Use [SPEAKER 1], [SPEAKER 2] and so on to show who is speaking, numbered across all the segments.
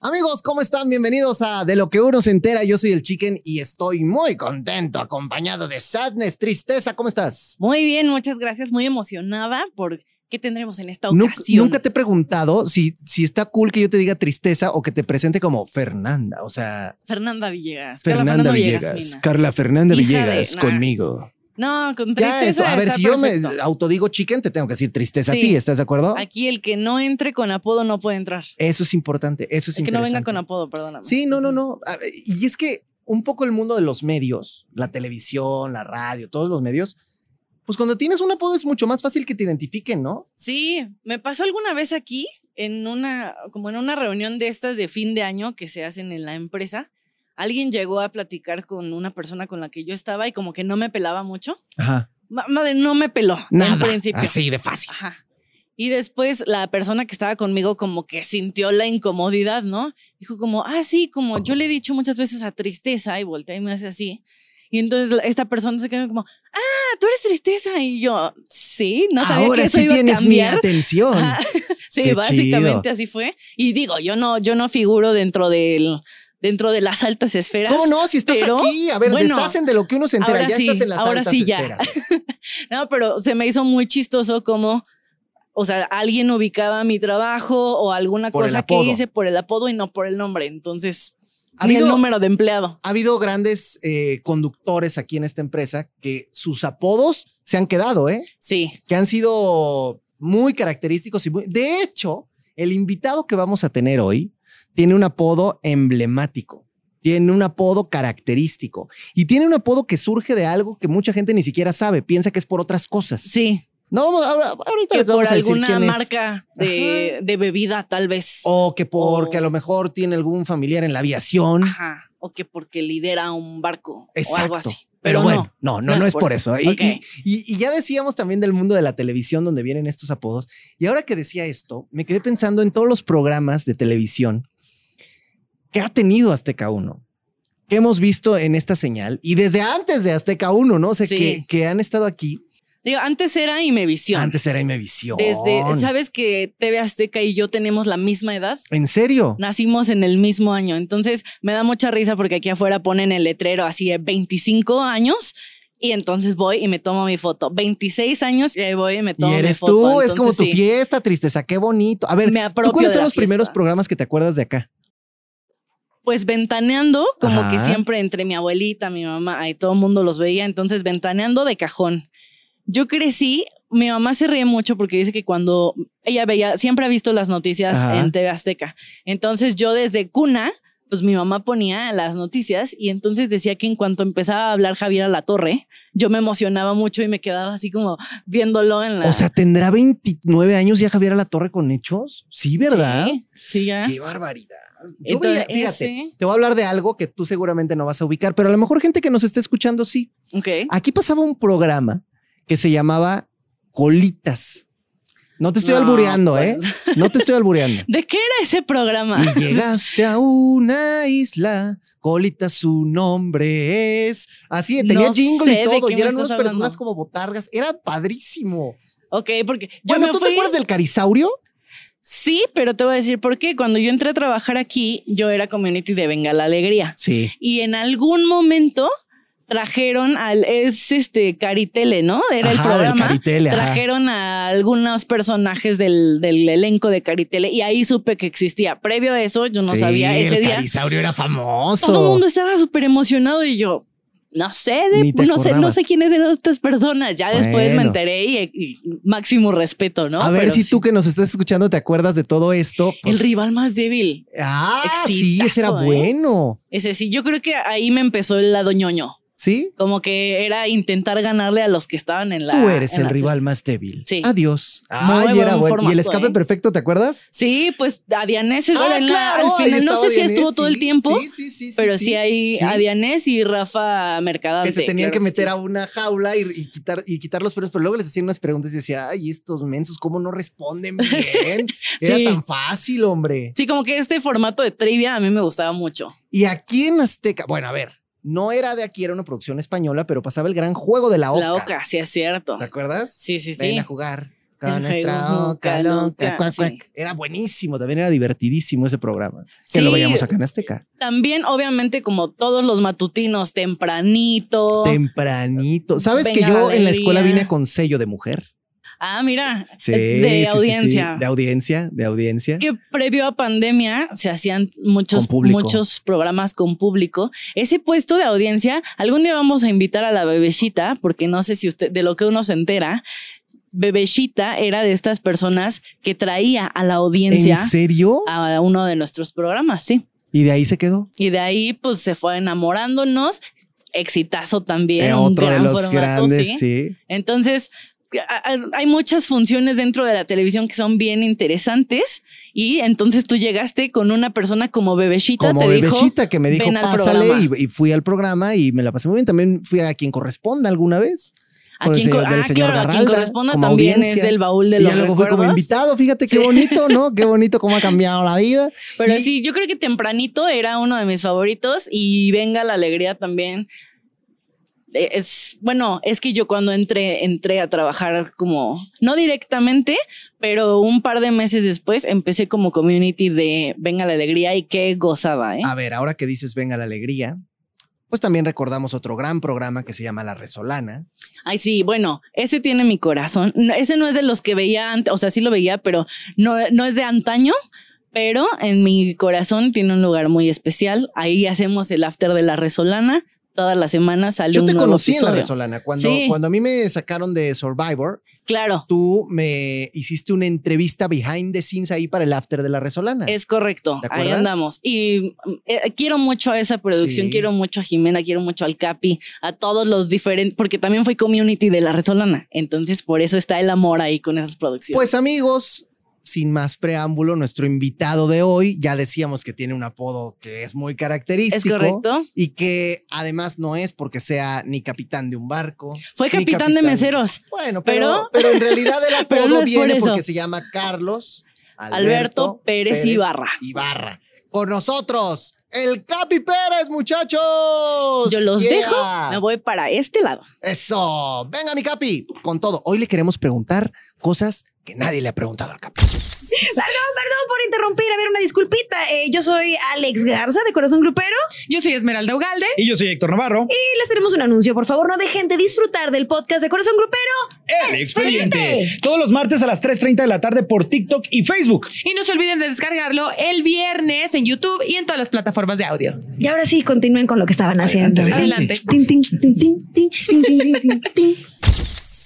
[SPEAKER 1] amigos, ¿cómo están? Bienvenidos a De lo que uno se entera. Yo soy el Chicken y estoy muy contento, acompañado de sadness, tristeza. ¿Cómo estás?
[SPEAKER 2] Muy bien, muchas gracias. Muy emocionada por qué tendremos en esta
[SPEAKER 1] Nunca,
[SPEAKER 2] ocasión.
[SPEAKER 1] nunca te he preguntado si, si está cool que yo te diga tristeza o que te presente como Fernanda. O sea,
[SPEAKER 2] Fernanda Villegas. Carla
[SPEAKER 1] Fernanda Villegas.
[SPEAKER 2] Mina.
[SPEAKER 1] Carla Fernanda
[SPEAKER 2] Hija
[SPEAKER 1] Villegas
[SPEAKER 2] de- nah.
[SPEAKER 1] conmigo.
[SPEAKER 2] No, con
[SPEAKER 1] Ya
[SPEAKER 2] tristeza.
[SPEAKER 1] eso. A
[SPEAKER 2] está
[SPEAKER 1] ver, si yo me
[SPEAKER 2] perfecto.
[SPEAKER 1] autodigo Chicken, te tengo que decir tristeza
[SPEAKER 2] Sí.
[SPEAKER 1] a ti. ¿Estás de acuerdo?
[SPEAKER 2] Aquí el que no entre con apodo no puede entrar.
[SPEAKER 1] Eso es importante. Eso es
[SPEAKER 2] el que no venga
[SPEAKER 1] interesante.
[SPEAKER 2] con apodo, perdóname.
[SPEAKER 1] Sí, no, no, no. A ver, Y es que un poco el mundo de los medios, la televisión, la radio, todos los medios, pues cuando tienes un apodo es mucho más fácil que te identifiquen, ¿no?
[SPEAKER 2] Sí, me pasó alguna vez aquí en una, como en una reunión de estas de fin de año que se hacen en la empresa. Alguien llegó a platicar con una persona con la que yo estaba y como que no me pelaba mucho.
[SPEAKER 1] Ajá.
[SPEAKER 2] Ma- Madre, no me peló en
[SPEAKER 1] Nada.
[SPEAKER 2] principio.
[SPEAKER 1] Así de fácil.
[SPEAKER 2] Ajá. Y después la persona que estaba conmigo como que sintió la incomodidad, ¿no? Dijo como, ah, sí, como yo le he dicho muchas veces a tristeza y voltea y me hace así. Y entonces la- esta persona se quedó como, ah, tú eres tristeza. Y yo, sí, no sabía
[SPEAKER 1] Ahora
[SPEAKER 2] que eso
[SPEAKER 1] sí
[SPEAKER 2] iba a
[SPEAKER 1] tienes mi
[SPEAKER 2] cambiar.
[SPEAKER 1] atención.
[SPEAKER 2] Ajá. Sí,
[SPEAKER 1] Qué
[SPEAKER 2] básicamente
[SPEAKER 1] chido.
[SPEAKER 2] así fue. Y digo, yo no, yo no figuro dentro del, dentro de las altas esferas.
[SPEAKER 1] ¿Cómo no? Si estás
[SPEAKER 2] Pero,
[SPEAKER 1] aquí, a ver,
[SPEAKER 2] bueno,
[SPEAKER 1] estás en de lo que uno se entera,
[SPEAKER 2] ahora
[SPEAKER 1] ya
[SPEAKER 2] sí,
[SPEAKER 1] estás en las
[SPEAKER 2] ahora
[SPEAKER 1] altas
[SPEAKER 2] sí ya.
[SPEAKER 1] esferas.
[SPEAKER 2] No, pero se me hizo muy chistoso como, o sea, alguien ubicaba mi trabajo o alguna
[SPEAKER 1] Por el
[SPEAKER 2] cosa que
[SPEAKER 1] apodo.
[SPEAKER 2] hice por el apodo y no por el nombre. Entonces,
[SPEAKER 1] Ha
[SPEAKER 2] ni el
[SPEAKER 1] habido-
[SPEAKER 2] número de empleado.
[SPEAKER 1] Ha habido grandes eh, conductores aquí en esta empresa que sus apodos se han quedado, ¿eh?
[SPEAKER 2] Sí,
[SPEAKER 1] que han sido muy característicos y muy... De hecho, el invitado que vamos a tener hoy tiene un apodo emblemático, tiene un apodo característico y tiene un apodo que surge de algo que mucha gente ni siquiera sabe, piensa que es por otras cosas.
[SPEAKER 2] sí.
[SPEAKER 1] No, vamos, ahora- ahorita
[SPEAKER 2] Que
[SPEAKER 1] les
[SPEAKER 2] por
[SPEAKER 1] vamos a decir
[SPEAKER 2] alguna
[SPEAKER 1] quién es.
[SPEAKER 2] marca de, de bebida, tal vez.
[SPEAKER 1] O que porque
[SPEAKER 2] O-
[SPEAKER 1] a lo mejor tiene algún familiar en la aviación.
[SPEAKER 2] Ajá. O que porque lidera un barco o algo así.
[SPEAKER 1] Pero, bueno, no, no, no, es por eso. Y,
[SPEAKER 2] Ok.
[SPEAKER 1] y- y- y ya decíamos también del mundo de la televisión donde vienen estos apodos. Y ahora que decía esto, me quedé pensando en todos los programas de televisión que ha tenido Azteca 1, que hemos visto en esta señal y desde antes de Azteca 1, ¿no? O sea,
[SPEAKER 2] Sí.
[SPEAKER 1] que, que han estado aquí.
[SPEAKER 2] Digo, antes era Imevisión.
[SPEAKER 1] Antes era Imevisión.
[SPEAKER 2] Desde, ¿sabes que TV Azteca y yo tenemos la misma edad?
[SPEAKER 1] ¿En serio?
[SPEAKER 2] Nacimos en el mismo año, entonces me da mucha risa porque aquí afuera ponen el letrero así de 25 años y entonces voy y me tomo mi foto. 26 años y ahí voy y me tomo
[SPEAKER 1] y eres
[SPEAKER 2] mi foto.
[SPEAKER 1] tú, es como
[SPEAKER 2] entonces
[SPEAKER 1] tu
[SPEAKER 2] sí,
[SPEAKER 1] fiesta, tristeza, qué bonito. A ver,
[SPEAKER 2] me
[SPEAKER 1] ¿tú
[SPEAKER 2] apropio
[SPEAKER 1] cuáles
[SPEAKER 2] de
[SPEAKER 1] son
[SPEAKER 2] la
[SPEAKER 1] los primeros
[SPEAKER 2] fiesta.
[SPEAKER 1] programas que te acuerdas de acá?
[SPEAKER 2] Pues ventaneando, como que
[SPEAKER 1] Ajá.
[SPEAKER 2] siempre entre mi abuelita, mi mamá, ahí todo el mundo los veía, entonces ventaneando de cajón. Yo crecí, mi mamá se ríe mucho porque dice que cuando ella veía, siempre ha visto las noticias
[SPEAKER 1] Ajá.
[SPEAKER 2] en TV Azteca. Entonces yo desde cuna, pues mi mamá ponía las noticias y entonces decía que en cuanto empezaba a hablar Javier a la torre, yo me emocionaba mucho y me quedaba así como viéndolo en la...
[SPEAKER 1] O sea, ¿tendrá 29 años ya Javier a la Torre con hechos? Sí, ¿verdad?
[SPEAKER 2] Sí, sí, ya.
[SPEAKER 1] Qué barbaridad. Yo veía-
[SPEAKER 2] Entonces,
[SPEAKER 1] fíjate,
[SPEAKER 2] ese-
[SPEAKER 1] te voy a hablar de algo que tú seguramente no vas a ubicar, pero a lo mejor gente que nos esté escuchando sí.
[SPEAKER 2] Ok.
[SPEAKER 1] Aquí pasaba un programa que se llamaba Colitas. No te estoy
[SPEAKER 2] No,
[SPEAKER 1] albureando,
[SPEAKER 2] pues.
[SPEAKER 1] ¿eh? No te estoy albureando.
[SPEAKER 2] ¿De qué era ese programa?
[SPEAKER 1] Y llegaste a una isla, Colitas su nombre es. Así, tenía
[SPEAKER 2] No
[SPEAKER 1] jingle
[SPEAKER 2] sé
[SPEAKER 1] y
[SPEAKER 2] de
[SPEAKER 1] todo,
[SPEAKER 2] qué
[SPEAKER 1] y
[SPEAKER 2] me
[SPEAKER 1] eran
[SPEAKER 2] estás
[SPEAKER 1] unas personas
[SPEAKER 2] hablando.
[SPEAKER 1] como botargas. Era padrísimo.
[SPEAKER 2] Ok, porque yo
[SPEAKER 1] Bueno,
[SPEAKER 2] me
[SPEAKER 1] ¿tú
[SPEAKER 2] fui...
[SPEAKER 1] te acuerdas del Carisaurio?
[SPEAKER 2] Sí, pero te voy a decir por qué. Cuando yo entré a trabajar aquí, yo era community de Venga la Alegría.
[SPEAKER 1] Sí.
[SPEAKER 2] Y en algún momento trajeron al, es este Caritele, ¿no? Era el
[SPEAKER 1] Ajá, del
[SPEAKER 2] programa.
[SPEAKER 1] Caritele, ajá.
[SPEAKER 2] trajeron a algunos personajes del, del elenco de Caritele y ahí supe que existía. Previo a eso, yo no
[SPEAKER 1] Sí,
[SPEAKER 2] sabía ese
[SPEAKER 1] el
[SPEAKER 2] día.
[SPEAKER 1] Carisaurio era famoso.
[SPEAKER 2] Todo el mundo estaba súper emocionado y yo. No sé, de-
[SPEAKER 1] Ni te
[SPEAKER 2] no sé, no
[SPEAKER 1] acordabas.
[SPEAKER 2] sé quiénes eran estas personas. Ya después me
[SPEAKER 1] Bueno.
[SPEAKER 2] enteré y, y máximo respeto, ¿no?
[SPEAKER 1] a ver
[SPEAKER 2] Pero
[SPEAKER 1] si
[SPEAKER 2] sí.
[SPEAKER 1] tú que nos estás escuchando te acuerdas de todo esto.
[SPEAKER 2] el
[SPEAKER 1] pues-
[SPEAKER 2] rival más débil.
[SPEAKER 1] Ah, sí, ese era
[SPEAKER 2] Exitazo, ¿eh?
[SPEAKER 1] bueno.
[SPEAKER 2] Ese sí, yo creo que ahí me empezó el lado ñoño.
[SPEAKER 1] ¿Sí?
[SPEAKER 2] Como que era intentar ganarle a los que estaban en la.
[SPEAKER 1] Tú eres
[SPEAKER 2] en
[SPEAKER 1] el
[SPEAKER 2] la-
[SPEAKER 1] rival más débil.
[SPEAKER 2] Sí.
[SPEAKER 1] Adiós.
[SPEAKER 2] Muy
[SPEAKER 1] Ay, era
[SPEAKER 2] buen
[SPEAKER 1] bueno. y el
[SPEAKER 2] formato,
[SPEAKER 1] escape
[SPEAKER 2] ¿eh?
[SPEAKER 1] perfecto, ¿te acuerdas?
[SPEAKER 2] Sí, pues a Dianés
[SPEAKER 1] Ah,
[SPEAKER 2] era en la-
[SPEAKER 1] claro,
[SPEAKER 2] al
[SPEAKER 1] ahí
[SPEAKER 2] final. No
[SPEAKER 1] estaba
[SPEAKER 2] sé si
[SPEAKER 1] Dianés,
[SPEAKER 2] estuvo todo el
[SPEAKER 1] sí,
[SPEAKER 2] tiempo,
[SPEAKER 1] sí, sí, sí, sí,
[SPEAKER 2] pero sí, hay
[SPEAKER 1] Sí.
[SPEAKER 2] a Dianés y Rafa Mercadante.
[SPEAKER 1] Que se tenían que
[SPEAKER 2] claro
[SPEAKER 1] meter
[SPEAKER 2] sí.
[SPEAKER 1] a una jaula y, y quitar, y quitar los perros, pero luego les hacían unas preguntas y decía, ay, estos mensos, ¿cómo no responden bien? Era
[SPEAKER 2] Sí.
[SPEAKER 1] tan fácil, hombre.
[SPEAKER 2] Sí, como que este formato de trivia a mí me gustaba mucho.
[SPEAKER 1] Y aquí en Azteca, bueno, a ver, no era de aquí, era una producción española, pero pasaba el gran juego de la Oca.
[SPEAKER 2] La Oca, sí es cierto.
[SPEAKER 1] ¿Te acuerdas?
[SPEAKER 2] Sí, sí,
[SPEAKER 1] Ven
[SPEAKER 2] sí.
[SPEAKER 1] a jugar. Con
[SPEAKER 2] Ay,
[SPEAKER 1] nuestra
[SPEAKER 2] loca,
[SPEAKER 1] oca loca.
[SPEAKER 2] loca,
[SPEAKER 1] cuac,
[SPEAKER 2] sí.
[SPEAKER 1] cuac. Era buenísimo, también era divertidísimo ese programa. Que
[SPEAKER 2] Sí.
[SPEAKER 1] lo veíamos acá en Azteca.
[SPEAKER 2] También, obviamente, como todos los matutinos, tempranito.
[SPEAKER 1] Tempranito. ¿Sabes
[SPEAKER 2] Oh. Venga,
[SPEAKER 1] que yo en la
[SPEAKER 2] alegría.
[SPEAKER 1] escuela vine con sello de mujer?
[SPEAKER 2] ah, mira,
[SPEAKER 1] Sí, sí, sí,
[SPEAKER 2] de
[SPEAKER 1] sí.
[SPEAKER 2] audiencia.
[SPEAKER 1] De audiencia, de audiencia.
[SPEAKER 2] que previo a pandemia se hacían muchos,
[SPEAKER 1] Con público.
[SPEAKER 2] muchos programas con público. Ese puesto de audiencia, algún día vamos a invitar a la bebecita, porque no sé si usted, de lo que uno se entera, bebecita era de estas personas que traía a la audiencia Ah.
[SPEAKER 1] ¿En serio?
[SPEAKER 2] a uno de nuestros programas, sí.
[SPEAKER 1] Y de ahí se quedó.
[SPEAKER 2] Y de ahí, pues, se fue enamorándonos. Exitazo también.
[SPEAKER 1] Eh,
[SPEAKER 2] un
[SPEAKER 1] otro de
[SPEAKER 2] gran
[SPEAKER 1] los
[SPEAKER 2] formato,
[SPEAKER 1] grandes,
[SPEAKER 2] sí.
[SPEAKER 1] sí.
[SPEAKER 2] Entonces, a- a- hay muchas funciones dentro de la televisión que son bien interesantes y entonces tú llegaste con una persona como bebecita,
[SPEAKER 1] Como
[SPEAKER 2] te dijo,
[SPEAKER 1] bebecita que me dijo,
[SPEAKER 2] "Ven al
[SPEAKER 1] pásale,
[SPEAKER 2] programa".
[SPEAKER 1] y, y fui al programa y me la pasé muy bien. También fui a quien corresponda alguna vez.
[SPEAKER 2] a
[SPEAKER 1] con el
[SPEAKER 2] quien, co-
[SPEAKER 1] señor- del
[SPEAKER 2] ah,
[SPEAKER 1] señor
[SPEAKER 2] claro, a quien
[SPEAKER 1] Garralda,
[SPEAKER 2] corresponda
[SPEAKER 1] como
[SPEAKER 2] también
[SPEAKER 1] audiencia.
[SPEAKER 2] es del baúl de
[SPEAKER 1] y
[SPEAKER 2] los
[SPEAKER 1] ya luego fui como
[SPEAKER 2] recuerdos.
[SPEAKER 1] invitado. Fíjate qué
[SPEAKER 2] Sí.
[SPEAKER 1] bonito, ¿no? Qué bonito cómo ha cambiado la vida.
[SPEAKER 2] Pero
[SPEAKER 1] Y-
[SPEAKER 2] sí, yo creo que tempranito era uno de mis favoritos y venga la alegría también. Eh, Es bueno, es que yo cuando entré, entré a trabajar como, no directamente, pero un par de meses después empecé como community de Venga la Alegría y qué gozaba, ¿eh?
[SPEAKER 1] A ver, ahora que dices venga la alegría, pues también recordamos otro gran programa que se llama La Resolana.
[SPEAKER 2] Ay, sí, bueno, ese tiene mi corazón. No, ese no es de los que veía antes, o sea, sí lo veía, pero no, no es de antaño. Pero en mi corazón tiene un lugar muy especial. Ahí hacemos el after de la Resolana. Todas las semanas sale
[SPEAKER 1] Yo
[SPEAKER 2] un
[SPEAKER 1] te
[SPEAKER 2] nuevo
[SPEAKER 1] conocí en La
[SPEAKER 2] episodio.
[SPEAKER 1] Resolana. Cuando,
[SPEAKER 2] Sí.
[SPEAKER 1] cuando a mí me sacaron de Survivor,
[SPEAKER 2] Claro,
[SPEAKER 1] tú me hiciste una entrevista behind the scenes ahí para el after de La Resolana.
[SPEAKER 2] es correcto.
[SPEAKER 1] Ah. ¿Te
[SPEAKER 2] Ahí
[SPEAKER 1] acuerdas?
[SPEAKER 2] andamos. Y mm, eh, quiero mucho a esa producción,
[SPEAKER 1] Sí.
[SPEAKER 2] quiero mucho a Jimena, quiero mucho al Capi, a todos los diferentes, porque también fue community de la Resolana. Entonces, por eso está el amor ahí con esas producciones.
[SPEAKER 1] Pues amigos, sin más preámbulo, nuestro invitado de hoy, ya decíamos que tiene un apodo que es muy
[SPEAKER 2] es
[SPEAKER 1] característico.
[SPEAKER 2] correcto.
[SPEAKER 1] Y que además no es porque sea ni capitán de un barco.
[SPEAKER 2] Fue
[SPEAKER 1] ni
[SPEAKER 2] capitán de meseros.
[SPEAKER 1] Bueno, pero,
[SPEAKER 2] Pero-
[SPEAKER 1] pero en realidad el
[SPEAKER 2] Pero
[SPEAKER 1] apodo
[SPEAKER 2] no es por
[SPEAKER 1] viene
[SPEAKER 2] eso.
[SPEAKER 1] porque se llama Carlos
[SPEAKER 2] Alberto Pérez Ibarra.
[SPEAKER 1] Ibarra. Con nosotros, el Capi Pérez, muchachos.
[SPEAKER 2] Yo los
[SPEAKER 1] Pues, Yeah.
[SPEAKER 2] dejo, me voy para este lado.
[SPEAKER 1] Eso. Venga, mi Capi, con todo. Hoy le queremos preguntar cosas que nadie le ha preguntado al Capi.
[SPEAKER 3] Perdón por interrumpir, a ver, una disculpita. Eh, yo soy Alex Garza de Corazón Grupero
[SPEAKER 4] Yo soy Esmeralda Ugalde.
[SPEAKER 5] Y yo soy Héctor Navarro.
[SPEAKER 3] y les tenemos un anuncio. Por favor, no dejen de disfrutar del podcast de Corazón Grupero.
[SPEAKER 5] El
[SPEAKER 3] expediente.
[SPEAKER 5] expediente. Todos los martes a las 3.30 de la tarde por TikTok y Facebook.
[SPEAKER 4] Y no se olviden de descargarlo el viernes en YouTube y en todas las plataformas de audio.
[SPEAKER 3] Y ahora sí, continúen con lo que estaban haciendo.
[SPEAKER 4] Adelante.
[SPEAKER 3] Tin, tin, tin, tin, tin, tin, tin, tin, tin, tin.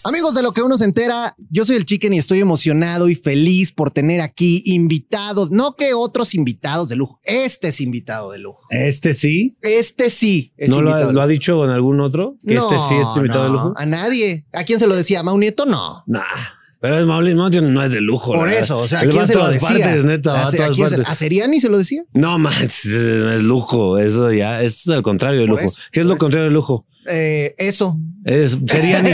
[SPEAKER 1] Amigos de lo que uno se entera, yo soy el Chicken y estoy emocionado y feliz por tener aquí invitados, no que otros invitados de lujo, este es invitado de lujo.
[SPEAKER 6] Este sí.
[SPEAKER 1] Este sí es
[SPEAKER 6] ¿No lo
[SPEAKER 1] invitado.
[SPEAKER 6] ha,
[SPEAKER 1] de
[SPEAKER 6] lo ha
[SPEAKER 1] lujo.
[SPEAKER 6] dicho con algún otro? Que este sí es invitado de
[SPEAKER 1] no,
[SPEAKER 6] lujo.
[SPEAKER 1] A nadie. ¿A quién se lo decía? ¿A Mau Nieto? No.
[SPEAKER 6] Nah. Pero es Maulin Mountain no es de lujo.
[SPEAKER 1] Por
[SPEAKER 6] la verdad.
[SPEAKER 1] eso, o sea, ¿a
[SPEAKER 6] Él va
[SPEAKER 1] quién
[SPEAKER 6] a
[SPEAKER 1] se lo
[SPEAKER 6] todas
[SPEAKER 1] decía?
[SPEAKER 6] partes, neta, va
[SPEAKER 1] ¿A,
[SPEAKER 6] a
[SPEAKER 1] a
[SPEAKER 6] todas
[SPEAKER 1] quién se-
[SPEAKER 6] partes.
[SPEAKER 1] ¿A Seriani se lo decía?
[SPEAKER 6] No manches, es es lujo. Eso ya es al contrario de
[SPEAKER 1] Por
[SPEAKER 6] lujo.
[SPEAKER 1] eso,
[SPEAKER 6] ¿Qué es
[SPEAKER 1] por
[SPEAKER 6] lo
[SPEAKER 1] eso.
[SPEAKER 6] contrario de lujo?
[SPEAKER 1] Eh, eso.
[SPEAKER 6] Es Seriani.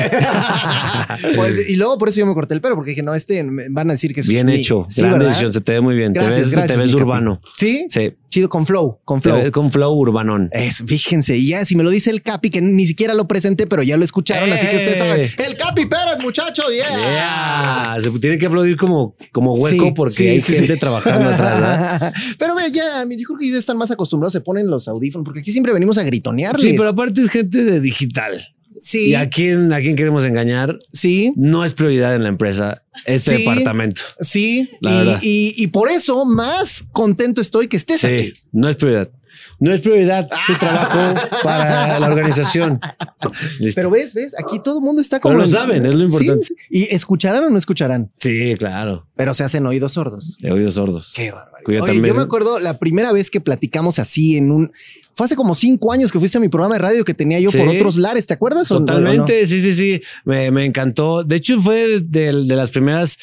[SPEAKER 1] Pues, y luego por eso yo me corté el pelo, porque dije, no, este me van a decir que es
[SPEAKER 6] bien
[SPEAKER 1] mi-
[SPEAKER 6] hecho.
[SPEAKER 1] Sí,
[SPEAKER 6] Gran
[SPEAKER 1] ¿verdad?
[SPEAKER 6] decisión. Se te ve muy bien.
[SPEAKER 1] Gracias,
[SPEAKER 6] te ves,
[SPEAKER 1] gracias,
[SPEAKER 6] te ves
[SPEAKER 1] mi capi.
[SPEAKER 6] urbano.
[SPEAKER 1] ¿Sí?
[SPEAKER 6] Sí.
[SPEAKER 1] Chido, con flow, con
[SPEAKER 6] Te
[SPEAKER 1] flow. Eh.
[SPEAKER 6] ves con flow urbanón.
[SPEAKER 1] Es, fíjense, y ya si me lo dice el Capi, que ni siquiera lo presenté, pero ya lo escucharon, así que ustedes saben.
[SPEAKER 6] ¡Eh!
[SPEAKER 1] El Capi Pérez, muchachos, yeah.
[SPEAKER 6] Yeah. Se tiene que aplaudir como, como hueco
[SPEAKER 1] Sí,
[SPEAKER 6] porque
[SPEAKER 1] sí,
[SPEAKER 6] hay
[SPEAKER 1] sí, sí.
[SPEAKER 6] gente trabajando atrás. ¿verdad?
[SPEAKER 1] Pero vea, ya, mira, yo creo que ya están más acostumbrados, se ponen los audífonos, porque aquí siempre venimos a gritonearles.
[SPEAKER 6] Sí, pero aparte es gente de digital.
[SPEAKER 1] sí,
[SPEAKER 6] ¿Y a quién, a quién queremos engañar?
[SPEAKER 1] sí,
[SPEAKER 6] No es prioridad en la empresa este
[SPEAKER 1] Sí.
[SPEAKER 6] departamento.
[SPEAKER 1] sí.
[SPEAKER 6] La
[SPEAKER 1] y,
[SPEAKER 6] verdad.
[SPEAKER 1] y- y por eso más contento estoy que estés aquí. Ah.
[SPEAKER 6] Sí, no es prioridad. No es prioridad su trabajo para la organización. Listo.
[SPEAKER 1] Pero ves, ves, aquí todo el mundo está como.
[SPEAKER 6] Pero lo
[SPEAKER 1] en-
[SPEAKER 6] saben, es lo
[SPEAKER 1] Sí,
[SPEAKER 6] importante.
[SPEAKER 1] Y escucharán o no escucharán,
[SPEAKER 6] sí, claro.
[SPEAKER 1] pero se hacen oídos sordos.
[SPEAKER 6] De oídos sordos.
[SPEAKER 1] Qué barbaridad.
[SPEAKER 6] Cuida
[SPEAKER 1] Oye,
[SPEAKER 6] también-
[SPEAKER 1] yo me acuerdo la primera vez que platicamos así en un. Fue hace como cinco años que fuiste a mi programa de radio que tenía yo
[SPEAKER 6] Sí.
[SPEAKER 1] por otros lares. ¿Te acuerdas? o no?
[SPEAKER 6] Totalmente, sí, sí, sí. Me, me encantó. De hecho, fue de, de las primeras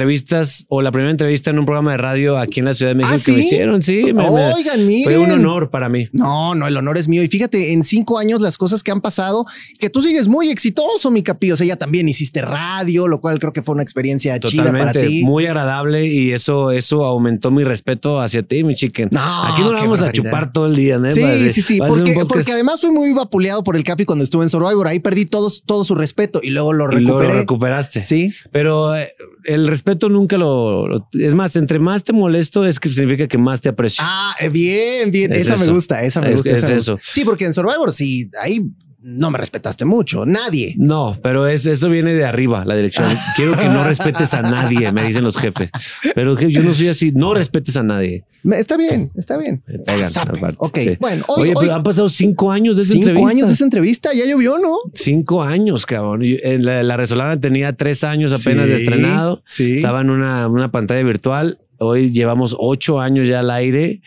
[SPEAKER 6] entrevistas o la primera entrevista en un programa de radio aquí en la Ciudad de México
[SPEAKER 1] ¿Ah,
[SPEAKER 6] que me
[SPEAKER 1] sí?
[SPEAKER 6] hicieron. Sí, me- me-
[SPEAKER 1] Oigan, miren.
[SPEAKER 6] fue un honor para mí.
[SPEAKER 1] No, no, el honor es mío. Y fíjate, en cinco años las cosas que han pasado, que tú sigues muy exitoso, mi capi. O sea, ya también hiciste radio, lo cual creo que fue una experiencia chida para
[SPEAKER 6] Totalmente,
[SPEAKER 1] ti.
[SPEAKER 6] muy agradable y eso eso aumentó mi respeto hacia ti, mi chicken.
[SPEAKER 1] No,
[SPEAKER 6] Aquí no la
[SPEAKER 1] qué
[SPEAKER 6] vamos a
[SPEAKER 1] barbaridad.
[SPEAKER 6] chupar todo el día, ¿no?
[SPEAKER 1] Sí,
[SPEAKER 6] Madre,
[SPEAKER 1] sí, sí,
[SPEAKER 6] va a ser un
[SPEAKER 1] porque,
[SPEAKER 6] podcast.
[SPEAKER 1] porque además fui muy vapuleado por el Capi cuando estuve en Survivor. Ahí perdí todos, todo su respeto y luego lo
[SPEAKER 6] Y luego lo
[SPEAKER 1] recuperé.
[SPEAKER 6] recuperaste.
[SPEAKER 1] sí,
[SPEAKER 6] Pero eh, el respeto nunca lo, lo- Es más, entre más te molesto es que significa que más te aprecio.
[SPEAKER 1] Ah, eh, bien, bien.
[SPEAKER 6] Es
[SPEAKER 1] esa me
[SPEAKER 6] eso.
[SPEAKER 1] gusta, esa me
[SPEAKER 6] Es-
[SPEAKER 1] gusta.
[SPEAKER 6] es
[SPEAKER 1] esa me
[SPEAKER 6] eso.
[SPEAKER 1] gusta. Sí, porque en Survivor sí, ahí no me respetaste mucho. Nadie.
[SPEAKER 6] No, pero es, eso viene de arriba, la dirección. Quiero que no respetes a nadie, me dicen los jefes. Pero que yo no soy así, no respetes a nadie.
[SPEAKER 1] Me- Está bien, está bien.
[SPEAKER 6] Me pegan,
[SPEAKER 1] Zape.
[SPEAKER 6] Eh, aparte,
[SPEAKER 1] Ok,
[SPEAKER 6] sí.
[SPEAKER 1] bueno, hoy-
[SPEAKER 6] Oye,
[SPEAKER 1] hoy-
[SPEAKER 6] pero han pasado cinco años de esa
[SPEAKER 1] Cinco
[SPEAKER 6] entrevista.
[SPEAKER 1] años de esa entrevista, ya llovió, ¿no?
[SPEAKER 6] Cinco años, cabrón. Yo- en la, la Resolana tenía tres años apenas de
[SPEAKER 1] Sí,
[SPEAKER 6] estrenado.
[SPEAKER 1] sí.
[SPEAKER 6] Estaba en una, una pantalla virtual. Hoy llevamos ocho años ya al aire.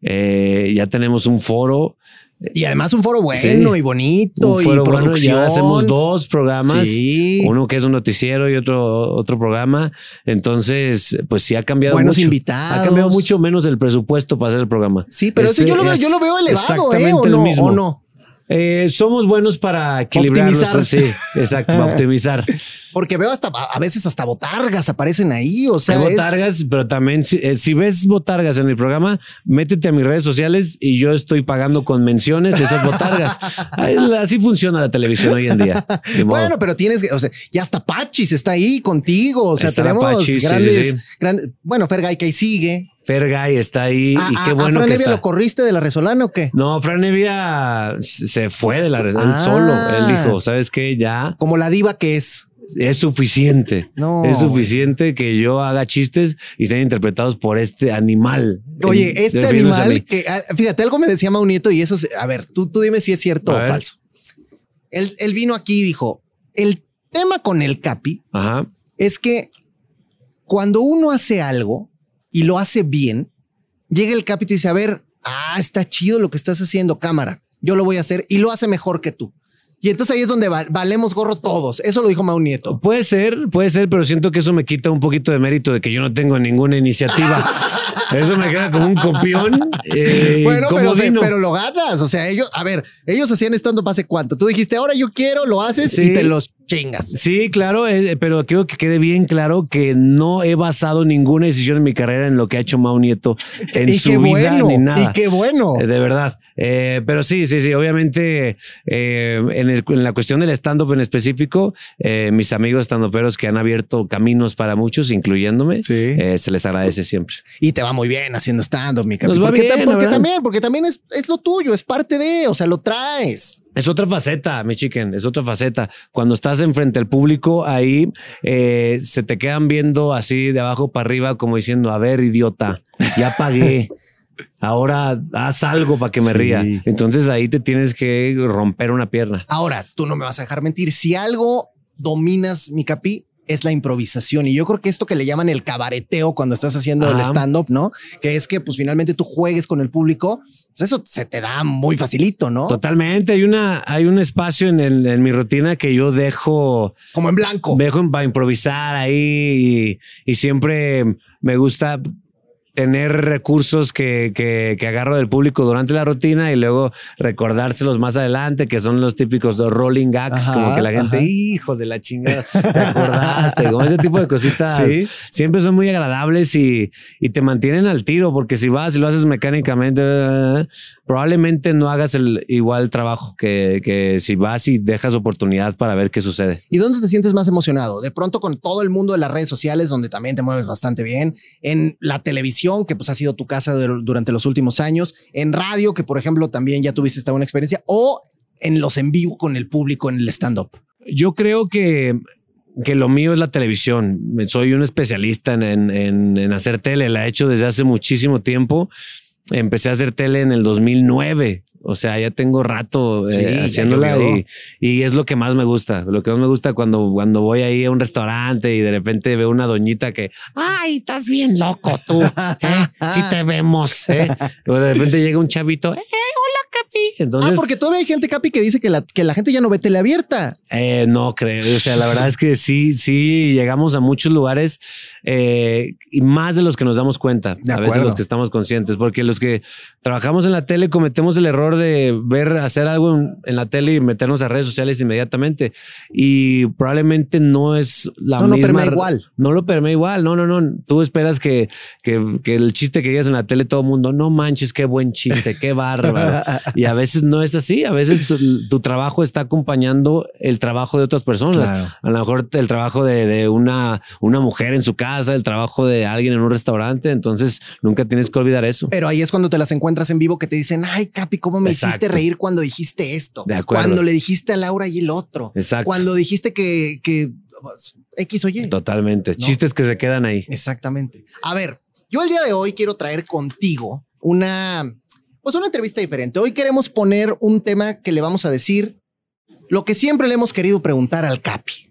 [SPEAKER 6] Eh, ya tenemos un foro.
[SPEAKER 1] Y además un foro bueno
[SPEAKER 6] Sí.
[SPEAKER 1] y bonito
[SPEAKER 6] un
[SPEAKER 1] y
[SPEAKER 6] foro bueno,
[SPEAKER 1] producción.
[SPEAKER 6] ya hacemos dos programas.
[SPEAKER 1] Sí.
[SPEAKER 6] Uno que es un noticiero y otro, otro programa. Entonces, pues sí ha cambiado
[SPEAKER 1] Buenos
[SPEAKER 6] mucho.
[SPEAKER 1] invitados.
[SPEAKER 6] Ha cambiado mucho menos el presupuesto para hacer el programa.
[SPEAKER 1] Sí, pero ese
[SPEAKER 6] Ese
[SPEAKER 1] yo lo veo,
[SPEAKER 6] es
[SPEAKER 1] yo lo veo elevado, ¿eh? ¿O
[SPEAKER 6] exactamente el
[SPEAKER 1] no?
[SPEAKER 6] mismo.
[SPEAKER 1] ¿O no?
[SPEAKER 6] Eh, somos buenos para equilibrar
[SPEAKER 1] Optimizar.
[SPEAKER 6] nuestro- sí, exacto, para optimizar.
[SPEAKER 1] Porque veo hasta a veces hasta botargas aparecen ahí. O sea,
[SPEAKER 6] Hay
[SPEAKER 1] es-
[SPEAKER 6] botargas, pero también si, eh, si ves botargas en mi programa, métete a mis redes sociales y yo estoy pagando con menciones esas botargas. Ay, Así funciona la televisión hoy en día. Ni modo.
[SPEAKER 1] Bueno, pero tienes que, o sea, ya hasta Pachis está ahí contigo. O sea,
[SPEAKER 6] Está la
[SPEAKER 1] tenemos
[SPEAKER 6] Pachis, sí,
[SPEAKER 1] grandes,
[SPEAKER 6] sí, sí.
[SPEAKER 1] grandes- Bueno, Fergay que ahí sigue.
[SPEAKER 6] Fergay está ahí
[SPEAKER 1] Ah,
[SPEAKER 6] y
[SPEAKER 1] ah,
[SPEAKER 6] qué
[SPEAKER 1] ¿a
[SPEAKER 6] bueno
[SPEAKER 1] Fran
[SPEAKER 6] que
[SPEAKER 1] Evia
[SPEAKER 6] está.
[SPEAKER 1] lo corriste de la Resolana o qué?
[SPEAKER 6] No, Fran Evia se fue de la red, él
[SPEAKER 1] Ah.
[SPEAKER 6] solo. Él dijo, ¿sabes qué? Ya
[SPEAKER 1] Como la diva que es.
[SPEAKER 6] es suficiente.
[SPEAKER 1] No,
[SPEAKER 6] es suficiente que yo haga chistes y sean interpretados por este animal. Él-
[SPEAKER 1] Oye, este
[SPEAKER 6] refiriéndose a mí.
[SPEAKER 1] animal que, ah, fíjate, algo me decía Maunieto y eso, es- a ver, tú, tú dime si es cierto
[SPEAKER 6] A
[SPEAKER 1] o
[SPEAKER 6] ver.
[SPEAKER 1] falso. Él, él vino aquí y dijo, el tema con el Capi
[SPEAKER 6] Ajá.
[SPEAKER 1] es que cuando uno hace algo y lo hace bien, llega el Capi y te dice, a ver, ah, está chido lo que estás haciendo, cámara, yo lo voy a hacer y lo hace mejor que tú. Y entonces ahí es donde va- valemos gorro todos. Eso lo dijo Mau Nieto.
[SPEAKER 6] Puede ser, puede ser, pero siento que eso me quita un poquito de mérito de que yo no tengo ninguna iniciativa. Eso me queda como un copión. eh,
[SPEAKER 1] Bueno,
[SPEAKER 6] como
[SPEAKER 1] pero, se-
[SPEAKER 6] Dino.
[SPEAKER 1] pero lo ganas. O sea, ellos, a ver, ellos hacían estando pase cuánto. Tú dijiste, ahora yo quiero, lo haces
[SPEAKER 6] Sí.
[SPEAKER 1] y te los chingas.
[SPEAKER 6] Sí, claro, eh, pero quiero que quede bien claro que no he basado ninguna decisión en mi carrera en lo que ha hecho Mau Nieto en
[SPEAKER 1] y
[SPEAKER 6] su
[SPEAKER 1] qué
[SPEAKER 6] vida
[SPEAKER 1] bueno.
[SPEAKER 6] ni nada.
[SPEAKER 1] Y qué bueno.
[SPEAKER 6] Eh, De verdad. Eh, pero sí, sí, sí. Obviamente, eh, en, el- en la cuestión del stand-up en específico, eh, mis amigos stand-uperos que han abierto caminos para muchos, incluyéndome,
[SPEAKER 1] Sí.
[SPEAKER 6] eh, se les agradece siempre.
[SPEAKER 1] Y te va muy bien haciendo stand-up, mi capi.
[SPEAKER 6] Nos va
[SPEAKER 1] Porque, ta-
[SPEAKER 6] bien, la
[SPEAKER 1] porque
[SPEAKER 6] verdad.
[SPEAKER 1] también, porque también es, es lo tuyo, es parte de, o sea, lo traes.
[SPEAKER 6] Es otra faceta, mi chicken, es otra faceta. Cuando estás enfrente al público, ahí eh, se te quedan viendo así de abajo para arriba, como diciendo, a ver, idiota, ya pagué. Ahora haz algo para que me
[SPEAKER 1] Sí.
[SPEAKER 6] ría. Entonces ahí te tienes que romper una pierna.
[SPEAKER 1] Ahora, tú no me vas a dejar mentir. Si algo dominas, mi capi, es la improvisación. Y yo creo que esto que le llaman el cabareteo cuando estás haciendo el
[SPEAKER 6] Ajá.
[SPEAKER 1] stand-up, ¿no? Que es que, pues, finalmente tú juegues con el público. Pues eso se te da muy facilito, ¿no?
[SPEAKER 6] Totalmente. Hay una, hay un espacio en, el- en mi rutina que yo dejo
[SPEAKER 1] Como en blanco.
[SPEAKER 6] Me dejo para improvisar ahí y, y siempre me gusta tener recursos que, que- que agarro del público durante la rutina y luego recordárselos más adelante, que son los típicos rolling gags,
[SPEAKER 1] Ajá,
[SPEAKER 6] como que la gente, hijo de la chingada, te acordaste, como ese tipo de cositas.
[SPEAKER 1] Sí.
[SPEAKER 6] Siempre son muy agradables y, y te mantienen al tiro, porque si vas y lo haces mecánicamente, eh, probablemente no hagas el igual trabajo que, que si vas y dejas oportunidad para ver qué sucede.
[SPEAKER 1] ¿Y dónde te sientes más emocionado? De pronto con todo el mundo de las redes sociales, donde también te mueves bastante bien, en la televisión, que pues ha sido tu casa de- durante los últimos años, en radio, que por ejemplo también ya tuviste esta buena experiencia, o en los en vivo con el público en el stand-up.
[SPEAKER 6] Yo creo que, que lo mío es la televisión. Me- Soy un especialista en, en- en- en hacer tele. La he hecho desde hace muchísimo tiempo. Empecé a hacer tele en el 2009. O sea, ya tengo rato eh,
[SPEAKER 1] Sí, ya
[SPEAKER 6] haciéndola
[SPEAKER 1] llovió.
[SPEAKER 6] y, y es lo que más me gusta. Lo que más me gusta cuando, cuando voy ahí a un restaurante y de repente veo una doñita que, ay, estás bien loco tú. Si te vemos. ¿eh?". O de repente llega un chavito, "Eh, hola, ¿qué Capi. Entonces,
[SPEAKER 1] ah, porque todavía hay gente, Capi, que dice que la, que la gente ya no ve teleabierta.
[SPEAKER 6] Eh, no creo. O sea, la verdad es que sí, sí, llegamos a muchos lugares eh, y más de los que nos damos cuenta.
[SPEAKER 1] De
[SPEAKER 6] a veces
[SPEAKER 1] acuerdo.
[SPEAKER 6] los que estamos conscientes, porque los que trabajamos en la tele cometemos el error de ver, hacer algo en, en la tele y meternos a redes sociales inmediatamente. Y probablemente no es la
[SPEAKER 1] No lo
[SPEAKER 6] misma.
[SPEAKER 1] permea igual.
[SPEAKER 6] No lo permea igual. No, no, no. Tú esperas que, que, que el chiste que digas en la tele todo el mundo, no manches, qué buen chiste, qué bárbaro. Y a veces no es así. A veces tu, tu trabajo está acompañando el trabajo de otras personas.
[SPEAKER 1] Claro.
[SPEAKER 6] A lo mejor el trabajo de, de una, una mujer en su casa, el trabajo de alguien en un restaurante. Entonces nunca tienes que olvidar eso.
[SPEAKER 1] Pero ahí es cuando te las encuentras en vivo que te dicen, ay, Capi, ¿cómo me hiciste
[SPEAKER 6] Exacto.
[SPEAKER 1] reír cuando dijiste esto?
[SPEAKER 6] De acuerdo.
[SPEAKER 1] Cuando le dijiste a Laura y el otro.
[SPEAKER 6] Exacto.
[SPEAKER 1] Cuando dijiste que, que pues, X o Y.
[SPEAKER 6] Totalmente.
[SPEAKER 1] No.
[SPEAKER 6] Chistes que se quedan ahí.
[SPEAKER 1] Exactamente. A ver, yo el día de hoy quiero traer contigo una, pues una entrevista diferente. Hoy queremos poner un tema que le vamos a decir lo que siempre le hemos querido preguntar al Capi.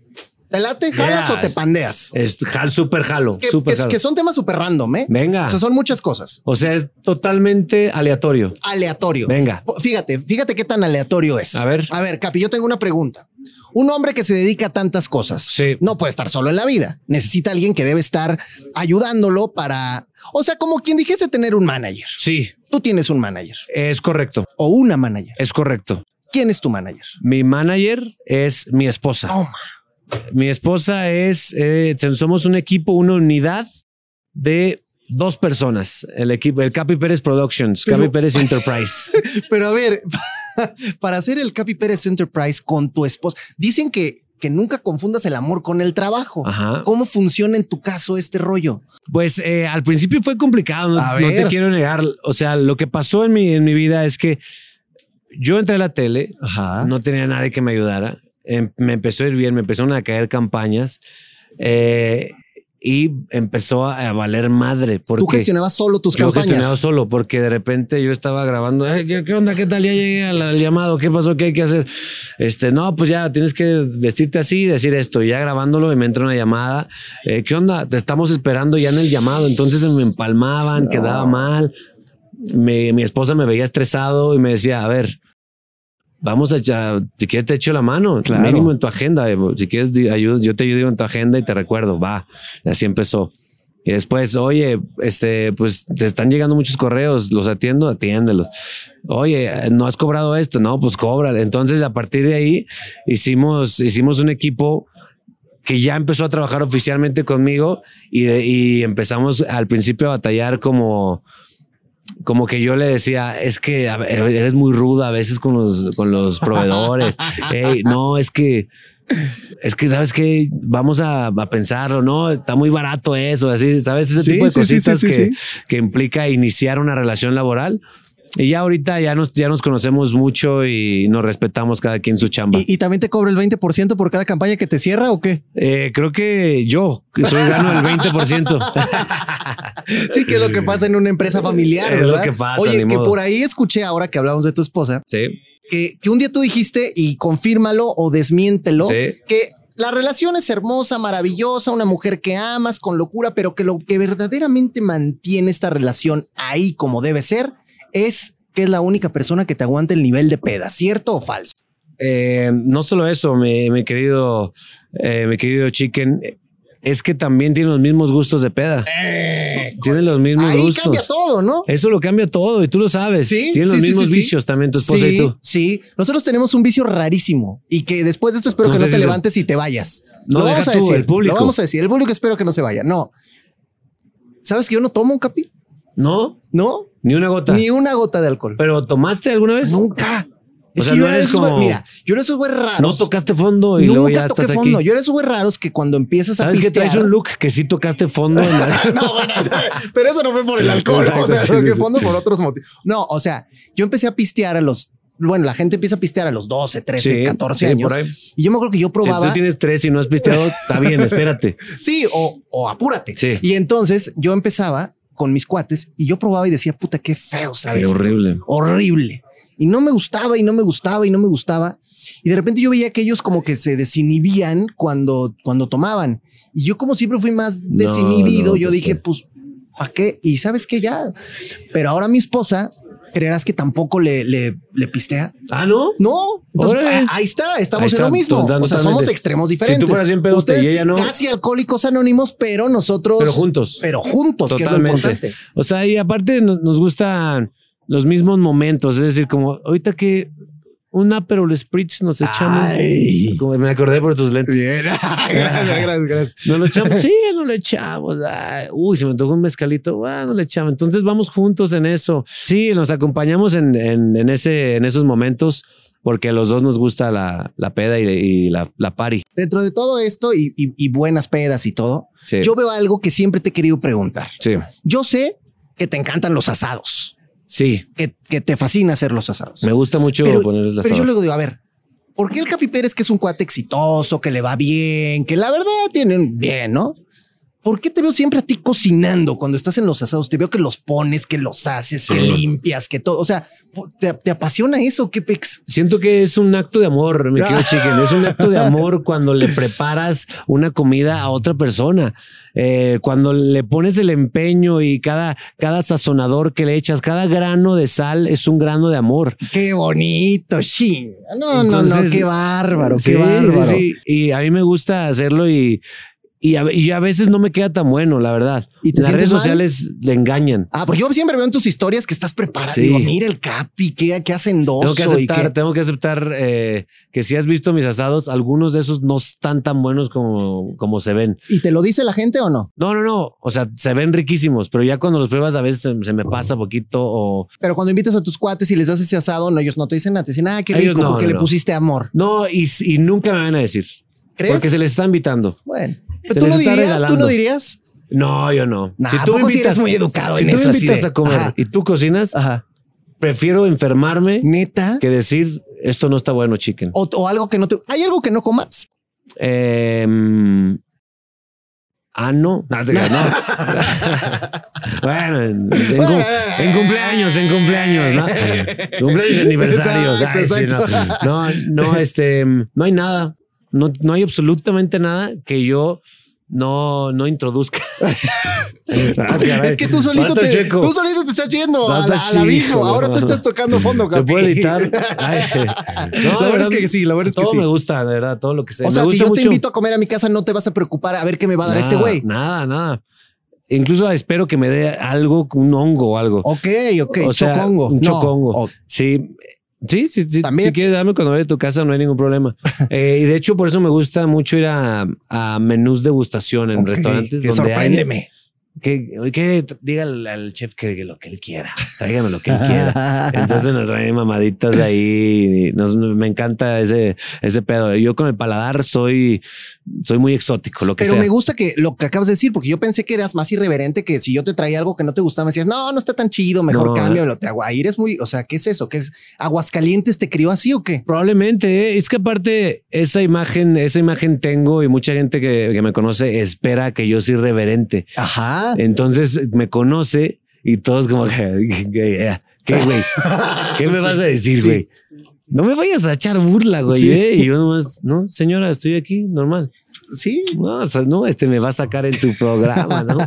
[SPEAKER 1] ¿Te late, jalas
[SPEAKER 6] Yeah.
[SPEAKER 1] o te pandeas?
[SPEAKER 6] Es jal, super jalo.
[SPEAKER 1] Que,
[SPEAKER 6] super
[SPEAKER 1] que-
[SPEAKER 6] jalo.
[SPEAKER 1] que son temas súper random, ¿eh?
[SPEAKER 6] Venga.
[SPEAKER 1] O sea, son muchas cosas.
[SPEAKER 6] O sea, es totalmente aleatorio.
[SPEAKER 1] Aleatorio.
[SPEAKER 6] Venga.
[SPEAKER 1] Po- Fíjate, fíjate qué tan aleatorio es.
[SPEAKER 6] A ver.
[SPEAKER 1] A ver, Capi, yo tengo una pregunta. Un hombre que se dedica a tantas cosas
[SPEAKER 6] Sí.
[SPEAKER 1] no puede estar solo en la vida. Necesita alguien que debe estar ayudándolo para. O sea, como quien dijese tener un manager.
[SPEAKER 6] Sí,
[SPEAKER 1] Tú tienes un manager
[SPEAKER 6] es correcto.
[SPEAKER 1] o una manager.
[SPEAKER 6] Es correcto.
[SPEAKER 1] ¿Quién es tu manager? Oh,
[SPEAKER 6] Mi manager es mi esposa.
[SPEAKER 1] Toma.
[SPEAKER 6] Mi esposa es, eh, somos un equipo, una unidad de dos personas. El equipo, el Capi Pérez Productions,
[SPEAKER 1] Pero-
[SPEAKER 6] Capi Pérez Enterprise.
[SPEAKER 1] Pero a ver, para hacer el Capi Pérez Enterprise con tu esposa, dicen que, que nunca confundas el amor con el trabajo.
[SPEAKER 6] Ajá.
[SPEAKER 1] ¿Cómo funciona en tu caso este rollo?
[SPEAKER 6] Pues eh, al principio fue complicado, no,
[SPEAKER 1] A
[SPEAKER 6] no te
[SPEAKER 1] ver.
[SPEAKER 6] quiero negar. O sea, lo que pasó en mi, en mi vida es que yo entré a la tele,
[SPEAKER 1] Ajá.
[SPEAKER 6] no tenía nadie que me ayudara. Em- me empezó a ir bien, me empezaron a caer campañas eh, y empezó a, a valer madre.
[SPEAKER 1] Tú
[SPEAKER 6] Porque
[SPEAKER 1] gestionabas solo tus
[SPEAKER 6] yo gestionaba
[SPEAKER 1] campañas.
[SPEAKER 6] solo porque de repente yo estaba grabando. "Ay, ¿qué, qué onda? ¿Qué tal? Ya llegué al, al llamado. ¿Qué pasó? ¿Qué hay que hacer? Este, no, pues ya tienes que vestirte así y decir esto. Y ya grabándolo y me entra una llamada. "Eh, ¿Qué onda? Te estamos esperando ya en el llamado. Entonces me empalmaban, quedaba mal. Me- mi esposa me veía estresado y me decía, a ver, vamos a echar, si quieres te echo la mano,
[SPEAKER 1] Claro.
[SPEAKER 6] mínimo en tu agenda, eh, si quieres di- ayudo- yo te ayudo en tu agenda y te recuerdo, va, Y así empezó. Y después, oye, este, pues te están llegando muchos correos, los atiendo, atiéndelos. Oye, eh, no has cobrado esto, no, pues cobra. Entonces, a partir de ahí, hicimos, hicimos un equipo que ya empezó a trabajar oficialmente conmigo y, de- y empezamos al principio a batallar como, como que yo le decía, es que a ver, eres muy ruda a veces con los, con los proveedores. Ey, no, es que, es que sabes que vamos a, a pensarlo, no está muy barato eso. Así sabes, ese
[SPEAKER 1] Sí,
[SPEAKER 6] tipo de
[SPEAKER 1] sí, sí,
[SPEAKER 6] cositas
[SPEAKER 1] sí, sí,
[SPEAKER 6] que,
[SPEAKER 1] sí.
[SPEAKER 6] que implica iniciar una relación laboral. Y ya ahorita ya nos, ya nos conocemos mucho y nos respetamos cada quien su chamba.
[SPEAKER 1] ¿Y, y también te cobro el 20% por cada campaña que te cierra o qué?
[SPEAKER 6] Eh, creo que yo que soy gano el 20%.
[SPEAKER 1] Sí, que es lo que pasa en una empresa familiar.
[SPEAKER 6] Es lo
[SPEAKER 1] ¿verdad?
[SPEAKER 6] que pasa,
[SPEAKER 1] Oye,
[SPEAKER 6] ni
[SPEAKER 1] que
[SPEAKER 6] modo.
[SPEAKER 1] por ahí escuché ahora que hablamos de tu esposa,
[SPEAKER 6] sí,
[SPEAKER 1] que, que un día tú dijiste y confírmalo o desmiéntelo,
[SPEAKER 6] Sí.
[SPEAKER 1] que la relación es hermosa, maravillosa, una mujer que amas con locura, pero que lo que verdaderamente mantiene esta relación ahí como debe ser es que es la única persona que te aguanta el nivel de peda, ¿cierto o falso?
[SPEAKER 6] Eh, no solo eso, mi, mi querido, eh, mi querido Chicken, es que también tiene los mismos gustos de peda. tiene los mismos
[SPEAKER 1] Eh, Ahí
[SPEAKER 6] gustos.
[SPEAKER 1] cambia todo, ¿no?
[SPEAKER 6] Eso lo cambia todo y tú lo sabes.
[SPEAKER 1] Sí,
[SPEAKER 6] Tiene
[SPEAKER 1] sí,
[SPEAKER 6] los
[SPEAKER 1] sí,
[SPEAKER 6] mismos
[SPEAKER 1] sí, sí.
[SPEAKER 6] vicios también tu
[SPEAKER 1] sí,
[SPEAKER 6] esposa y pues, tú.
[SPEAKER 1] Sí, nosotros tenemos un vicio rarísimo y que después de esto espero
[SPEAKER 6] No
[SPEAKER 1] que
[SPEAKER 6] sé
[SPEAKER 1] no te
[SPEAKER 6] si se-
[SPEAKER 1] levantes y te vayas.
[SPEAKER 6] No,
[SPEAKER 1] lo
[SPEAKER 6] deja
[SPEAKER 1] vamos a
[SPEAKER 6] tú,
[SPEAKER 1] decir,
[SPEAKER 6] el público.
[SPEAKER 1] Lo vamos a decir, el público espero que no se vaya. No. ¿Sabes que yo no tomo un capi?
[SPEAKER 6] No,
[SPEAKER 1] No,
[SPEAKER 6] ni una gota.
[SPEAKER 1] ni una gota de alcohol.
[SPEAKER 6] Pero tomaste alguna vez?
[SPEAKER 1] Nunca. Es
[SPEAKER 6] sea,
[SPEAKER 1] que yo
[SPEAKER 6] no
[SPEAKER 1] era de
[SPEAKER 6] eres
[SPEAKER 1] esos güey-
[SPEAKER 6] como-
[SPEAKER 1] mira, yo era de esos güey raros.
[SPEAKER 6] No tocaste fondo y luego ya
[SPEAKER 1] Nunca
[SPEAKER 6] estás
[SPEAKER 1] toqué fondo.
[SPEAKER 6] aquí.
[SPEAKER 1] Yo era de esos güey raros que cuando empiezas a
[SPEAKER 6] Sabes que
[SPEAKER 1] pistear.
[SPEAKER 6] traes un look que sí tocaste fondo. en la-
[SPEAKER 1] No, bueno, o sea, pero eso no fue por el alcohol.
[SPEAKER 6] Exacto,
[SPEAKER 1] o sea,
[SPEAKER 6] sí,
[SPEAKER 1] toqué
[SPEAKER 6] sí, sí.
[SPEAKER 1] fondo por otros motivos. No, o sea, yo empecé a pistear a los. Bueno, la gente empieza a pistear a los 12, 13,
[SPEAKER 6] Sí,
[SPEAKER 1] 14
[SPEAKER 6] sí,
[SPEAKER 1] años.
[SPEAKER 6] por ahí.
[SPEAKER 1] Y yo me acuerdo que yo
[SPEAKER 6] Si tú
[SPEAKER 1] probaba.
[SPEAKER 6] tienes tres y no has pisteado, está bien, espérate.
[SPEAKER 1] Sí, o, o apúrate.
[SPEAKER 6] Sí.
[SPEAKER 1] Y entonces yo empezaba con mis cuates y yo probaba y decía, puta, qué feo, ¿sabes?
[SPEAKER 6] Qué horrible.
[SPEAKER 1] horrible. Y no me gustaba y no me gustaba y no me gustaba. Y de repente yo veía que ellos como que se desinhibían cuando, cuando tomaban. Y yo como siempre fui más
[SPEAKER 6] No,
[SPEAKER 1] desinhibido,
[SPEAKER 6] no,
[SPEAKER 1] yo
[SPEAKER 6] pues
[SPEAKER 1] dije,
[SPEAKER 6] sí.
[SPEAKER 1] pues, ¿para qué? Y sabes que ya. Pero ahora mi esposa creerás que tampoco le, le, le pistea.
[SPEAKER 6] Ah, ¿no?
[SPEAKER 1] No, entonces
[SPEAKER 6] Órale.
[SPEAKER 1] a- ahí está, estamos
[SPEAKER 6] Ahí está,
[SPEAKER 1] en lo mismo.
[SPEAKER 6] total-
[SPEAKER 1] o sea, somos
[SPEAKER 6] totalmente.
[SPEAKER 1] extremos diferentes.
[SPEAKER 6] Si tú fueras bien pedote
[SPEAKER 1] Ustedes
[SPEAKER 6] y ella no.
[SPEAKER 1] Casi alcohólicos anónimos, pero nosotros.
[SPEAKER 6] Pero juntos.
[SPEAKER 1] Pero juntos, que es lo
[SPEAKER 6] Totalmente.
[SPEAKER 1] importante.
[SPEAKER 6] O sea, y aparte no- nos gustan los mismos momentos. Es decir, como ahorita que un Aperol Spritz nos echamos.
[SPEAKER 1] Ay.
[SPEAKER 6] Como me acordé por tus lentes.
[SPEAKER 1] Bien. gracias, gracias, gracias.
[SPEAKER 6] No lo echamos. Sí, no le echamos. Ay, uy, se me tocó un mezcalito. Ah, no le echamos. Entonces vamos juntos en eso. Sí, nos acompañamos en, en- en ese, en esos momentos porque a los dos nos gusta la, la peda y, y la, la party.
[SPEAKER 1] Dentro de todo esto y, y- y buenas pedas y todo,
[SPEAKER 6] Sí.
[SPEAKER 1] yo veo algo que siempre te he querido preguntar.
[SPEAKER 6] sí.
[SPEAKER 1] Yo sé que te encantan los asados,
[SPEAKER 6] Sí,
[SPEAKER 1] que, que te fascina hacer los asados.
[SPEAKER 6] me gusta mucho
[SPEAKER 1] Pero-
[SPEAKER 6] poner las
[SPEAKER 1] Pero yo
[SPEAKER 6] horas.
[SPEAKER 1] luego digo, a ver, ¿por qué el Capi Pérez, que es un cuate exitoso, que le va bien, que la verdad tienen bien, ¿no? ¿Por qué te veo siempre a ti cocinando cuando estás en los asados? Te veo que los pones, que los haces, que
[SPEAKER 6] Sí.
[SPEAKER 1] limpias, que todo. O sea, po- ¿te, te apasiona eso? ¿Qué pex?
[SPEAKER 6] Siento que es un acto de amor, mi
[SPEAKER 1] Ah.
[SPEAKER 6] querido Chicken. Es un acto de amor cuando le preparas una comida a otra persona. Eh, cuando le pones el empeño y cada, cada sazonador que le echas, cada grano de sal es un grano de amor.
[SPEAKER 1] Qué bonito, sí. No, no, no,
[SPEAKER 6] Entonces-
[SPEAKER 1] qué bárbaro,
[SPEAKER 6] Sí,
[SPEAKER 1] qué bárbaro.
[SPEAKER 6] sí, sí. Y a mí me gusta hacerlo y, y, a, y a veces no me queda tan bueno, la verdad.
[SPEAKER 1] ¿Y te
[SPEAKER 6] Las
[SPEAKER 1] sientes
[SPEAKER 6] redes
[SPEAKER 1] mal?
[SPEAKER 6] sociales le engañan.
[SPEAKER 1] Ah, porque yo siempre veo en tus historias que estás preparado.
[SPEAKER 6] Sí.
[SPEAKER 1] Digo, mira el Capi, qué, qué hacendoso
[SPEAKER 6] Tengo que
[SPEAKER 1] y
[SPEAKER 6] aceptar,
[SPEAKER 1] qué.
[SPEAKER 6] tengo que aceptar eh, que si has visto mis asados, algunos de esos no están tan buenos como, como se ven.
[SPEAKER 1] ¿Y te lo dice la gente o no?
[SPEAKER 6] No, no, no. O sea, se ven riquísimos, pero ya cuando los pruebas a veces se, se me pasa poquito o...
[SPEAKER 1] Pero cuando invitas a tus cuates y les das ese asado, no, ellos no te dicen nada, te dicen, ah, qué
[SPEAKER 6] Ellos
[SPEAKER 1] rico,
[SPEAKER 6] no,
[SPEAKER 1] porque
[SPEAKER 6] no,
[SPEAKER 1] le
[SPEAKER 6] no.
[SPEAKER 1] pusiste amor.
[SPEAKER 6] No, y, s- y nunca me van a decir.
[SPEAKER 1] ¿Crees?
[SPEAKER 6] Porque se les está invitando.
[SPEAKER 1] Bueno,
[SPEAKER 6] se
[SPEAKER 1] ¿tú
[SPEAKER 6] les
[SPEAKER 1] no
[SPEAKER 6] está
[SPEAKER 1] dirías? ¿Tú no
[SPEAKER 6] regalando.
[SPEAKER 1] dirías?
[SPEAKER 6] No, yo no.
[SPEAKER 1] Nah, ¿a poco sí eres muy educado
[SPEAKER 6] si
[SPEAKER 1] en
[SPEAKER 6] tú
[SPEAKER 1] eso,
[SPEAKER 6] me
[SPEAKER 1] así
[SPEAKER 6] invitas
[SPEAKER 1] de-
[SPEAKER 6] a comer
[SPEAKER 1] ajá.
[SPEAKER 6] y tú cocinas,
[SPEAKER 1] Ajá.
[SPEAKER 6] prefiero enfermarme
[SPEAKER 1] ¿Neta?
[SPEAKER 6] que decir esto no está bueno, chicken.
[SPEAKER 1] O, o algo que no te... ¿Hay algo que no comas?
[SPEAKER 6] Eh, mm, ah, no. No, te creas, no. bueno, en, en cum-
[SPEAKER 1] eh,
[SPEAKER 6] en cumpleaños, en cumpleaños, ¿no? cumpleaños y aniversarios.
[SPEAKER 1] Exacto,
[SPEAKER 6] Ay, sí, no. no, no, este, mm, no hay nada. No, no hay absolutamente nada que yo no, no introduzca. Ah, caray.
[SPEAKER 1] es que tú solito,
[SPEAKER 6] Basta,
[SPEAKER 1] te,
[SPEAKER 6] Checo.
[SPEAKER 1] tú solito te estás yendo a
[SPEAKER 6] Basta,
[SPEAKER 1] la- al abismo.
[SPEAKER 6] chico.
[SPEAKER 1] Ahora tú estás tocando fondo,
[SPEAKER 6] ¿Se
[SPEAKER 1] Capi.
[SPEAKER 6] puede editar? Ay, sí. No,
[SPEAKER 1] la
[SPEAKER 6] de
[SPEAKER 1] verdad es que
[SPEAKER 6] verdad,
[SPEAKER 1] sí, la verdad es que
[SPEAKER 6] todo
[SPEAKER 1] sí.
[SPEAKER 6] me gusta, de verdad, todo lo que sea.
[SPEAKER 1] O
[SPEAKER 6] Me
[SPEAKER 1] sea, si
[SPEAKER 6] gusta
[SPEAKER 1] yo te
[SPEAKER 6] mucho.
[SPEAKER 1] invito a comer a mi casa, no te vas a preocupar a ver qué me va a dar este
[SPEAKER 6] Nada,
[SPEAKER 1] güey.
[SPEAKER 6] Nada, nada. Incluso espero que me dé algo, un hongo o algo.
[SPEAKER 1] Ok, ok.
[SPEAKER 6] O sea,
[SPEAKER 1] chocongo. No.
[SPEAKER 6] un chocongo.
[SPEAKER 1] O-
[SPEAKER 6] Sí, sí, sí, sí.
[SPEAKER 1] También.
[SPEAKER 6] Si quieres darme cuando vaya a tu casa, no hay ningún problema. Eh, y de hecho, por eso me gusta mucho ir a, a menús degustación en
[SPEAKER 1] ok,
[SPEAKER 6] restaurantes.
[SPEAKER 1] que
[SPEAKER 6] donde
[SPEAKER 1] sorpréndeme.
[SPEAKER 6] haya- que, que diga al, al chef que, que lo que él quiera. Tráigame lo que él quiera. Entonces nos traen mamaditas de ahí. y nos- me encanta ese, ese pedo. Yo con el paladar soy, soy muy exótico, lo que
[SPEAKER 1] Pero
[SPEAKER 6] sea.
[SPEAKER 1] me gusta que lo que acabas de decir, porque yo pensé que eras más irreverente que si yo te traía algo que no te gustaba, me decías, no, no está tan chido, mejor
[SPEAKER 6] No, eh.
[SPEAKER 1] cámbialo, te hago. Ahí eres muy, o sea, ¿qué es eso? ¿Qué es? ¿Aguascalientes te crió así o qué?
[SPEAKER 6] Probablemente, ¿eh? es que aparte esa imagen, esa imagen tengo y mucha gente que, que me conoce espera que yo soy reverente.
[SPEAKER 1] Ajá.
[SPEAKER 6] Entonces me conoce y todos como que, que- eh, ¿qué güey? ¿Qué me vas a decir,
[SPEAKER 1] sí,
[SPEAKER 6] güey? No me vayas a echar burla, güey.
[SPEAKER 1] Sí.
[SPEAKER 6] ¿eh? Y yo nomás, no, señora, estoy aquí, normal.
[SPEAKER 1] Sí.
[SPEAKER 6] No, o sea, no, este me va a sacar en su programa, ¿no?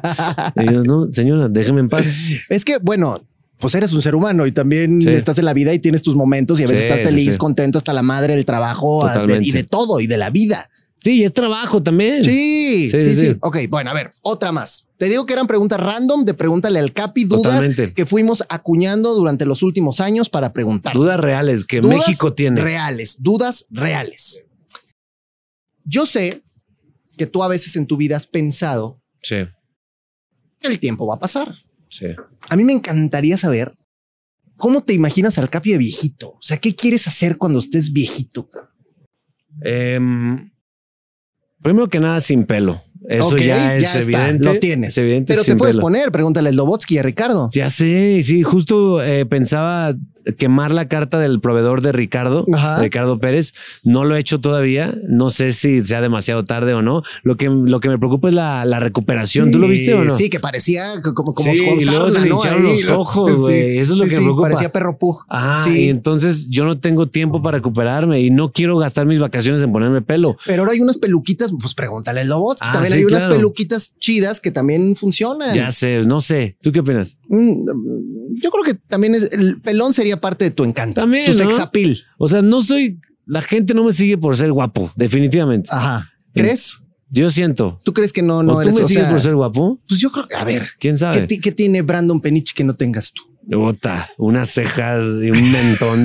[SPEAKER 6] Y yo, no, señora, déjeme en paz.
[SPEAKER 1] Es que, bueno, pues eres un ser humano y también
[SPEAKER 6] Sí.
[SPEAKER 1] estás en la vida y tienes tus momentos y a veces
[SPEAKER 6] Sí,
[SPEAKER 1] estás
[SPEAKER 6] sí,
[SPEAKER 1] feliz,
[SPEAKER 6] sí.
[SPEAKER 1] contento hasta la madre del trabajo hasta-
[SPEAKER 6] Totalmente.
[SPEAKER 1] y de todo y de la vida.
[SPEAKER 6] Sí, y es trabajo también.
[SPEAKER 1] Sí, sí,
[SPEAKER 6] Sí,
[SPEAKER 1] sí,
[SPEAKER 6] sí, sí.
[SPEAKER 1] Ok, bueno, a ver, otra más. Te digo que eran preguntas random de pregúntale al Capi, dudas
[SPEAKER 6] Totalmente.
[SPEAKER 1] que fuimos acuñando durante los últimos años para preguntar.
[SPEAKER 6] Dudas reales que
[SPEAKER 1] Dudas
[SPEAKER 6] México tiene.
[SPEAKER 1] Reales, dudas reales. Yo sé que tú a veces en tu vida has pensado
[SPEAKER 6] sí,
[SPEAKER 1] que el tiempo va a pasar.
[SPEAKER 6] sí.
[SPEAKER 1] A mí me encantaría saber cómo te imaginas al Capi de viejito. O sea, ¿qué quieres hacer cuando estés viejito?
[SPEAKER 6] Em, primero que nada, sin pelo. Eso
[SPEAKER 1] Ok,
[SPEAKER 6] ya es
[SPEAKER 1] ya está,
[SPEAKER 6] evidente.
[SPEAKER 1] lo tienes.
[SPEAKER 6] Es evidente
[SPEAKER 1] Pero te
[SPEAKER 6] sin
[SPEAKER 1] puedes
[SPEAKER 6] pelo.
[SPEAKER 1] poner, pregúntale a Lobotsky y a Ricardo.
[SPEAKER 6] Ya sé, sí, justo eh, pensaba quemar la carta del proveedor de Ricardo,
[SPEAKER 1] Ajá.
[SPEAKER 6] Ricardo Pérez. No lo he hecho todavía. No sé si sea demasiado tarde o no. Lo que, lo que me preocupa es la, la recuperación. ¿Tú lo viste o no?
[SPEAKER 1] Sí, que parecía co- como, como
[SPEAKER 6] Sí,
[SPEAKER 1] con
[SPEAKER 6] y
[SPEAKER 1] sarna,
[SPEAKER 6] luego se le
[SPEAKER 1] ¿no?
[SPEAKER 6] hincharon los ojos, güey. Eso es lo que me preocupa.
[SPEAKER 1] Parecía perro pug.
[SPEAKER 6] Ajá, Ah, y
[SPEAKER 1] sí.
[SPEAKER 6] entonces yo no tengo tiempo para recuperarme y no quiero gastar mis vacaciones en ponerme pelo.
[SPEAKER 1] Pero ahora hay unas peluquitas, pues pregúntale al Lobotsky.
[SPEAKER 6] Ah,
[SPEAKER 1] también
[SPEAKER 6] sí,
[SPEAKER 1] hay unas
[SPEAKER 6] claro.
[SPEAKER 1] peluquitas chidas que también funcionan.
[SPEAKER 6] Ya sé, no sé. ¿Tú qué opinas?
[SPEAKER 1] Mm, yo creo que también es, el pelón sería parte de tu encanto.
[SPEAKER 6] También,
[SPEAKER 1] Tu
[SPEAKER 6] ¿no?
[SPEAKER 1] sex appeal.
[SPEAKER 6] O sea, no soy. La gente no me sigue por ser guapo, definitivamente.
[SPEAKER 1] Ajá. ¿Crees?
[SPEAKER 6] Yo siento.
[SPEAKER 1] ¿Tú crees que no, no
[SPEAKER 6] ¿O tú
[SPEAKER 1] eres
[SPEAKER 6] me
[SPEAKER 1] o
[SPEAKER 6] sigues
[SPEAKER 1] sea,
[SPEAKER 6] por ser guapo?
[SPEAKER 1] Pues yo creo que, a ver,
[SPEAKER 6] ¿Quién
[SPEAKER 1] ¿qué,
[SPEAKER 6] sabe?
[SPEAKER 1] ti- qué tiene Brandon Peniche que no tengas tú?
[SPEAKER 6] Bota, unas cejas y un mentón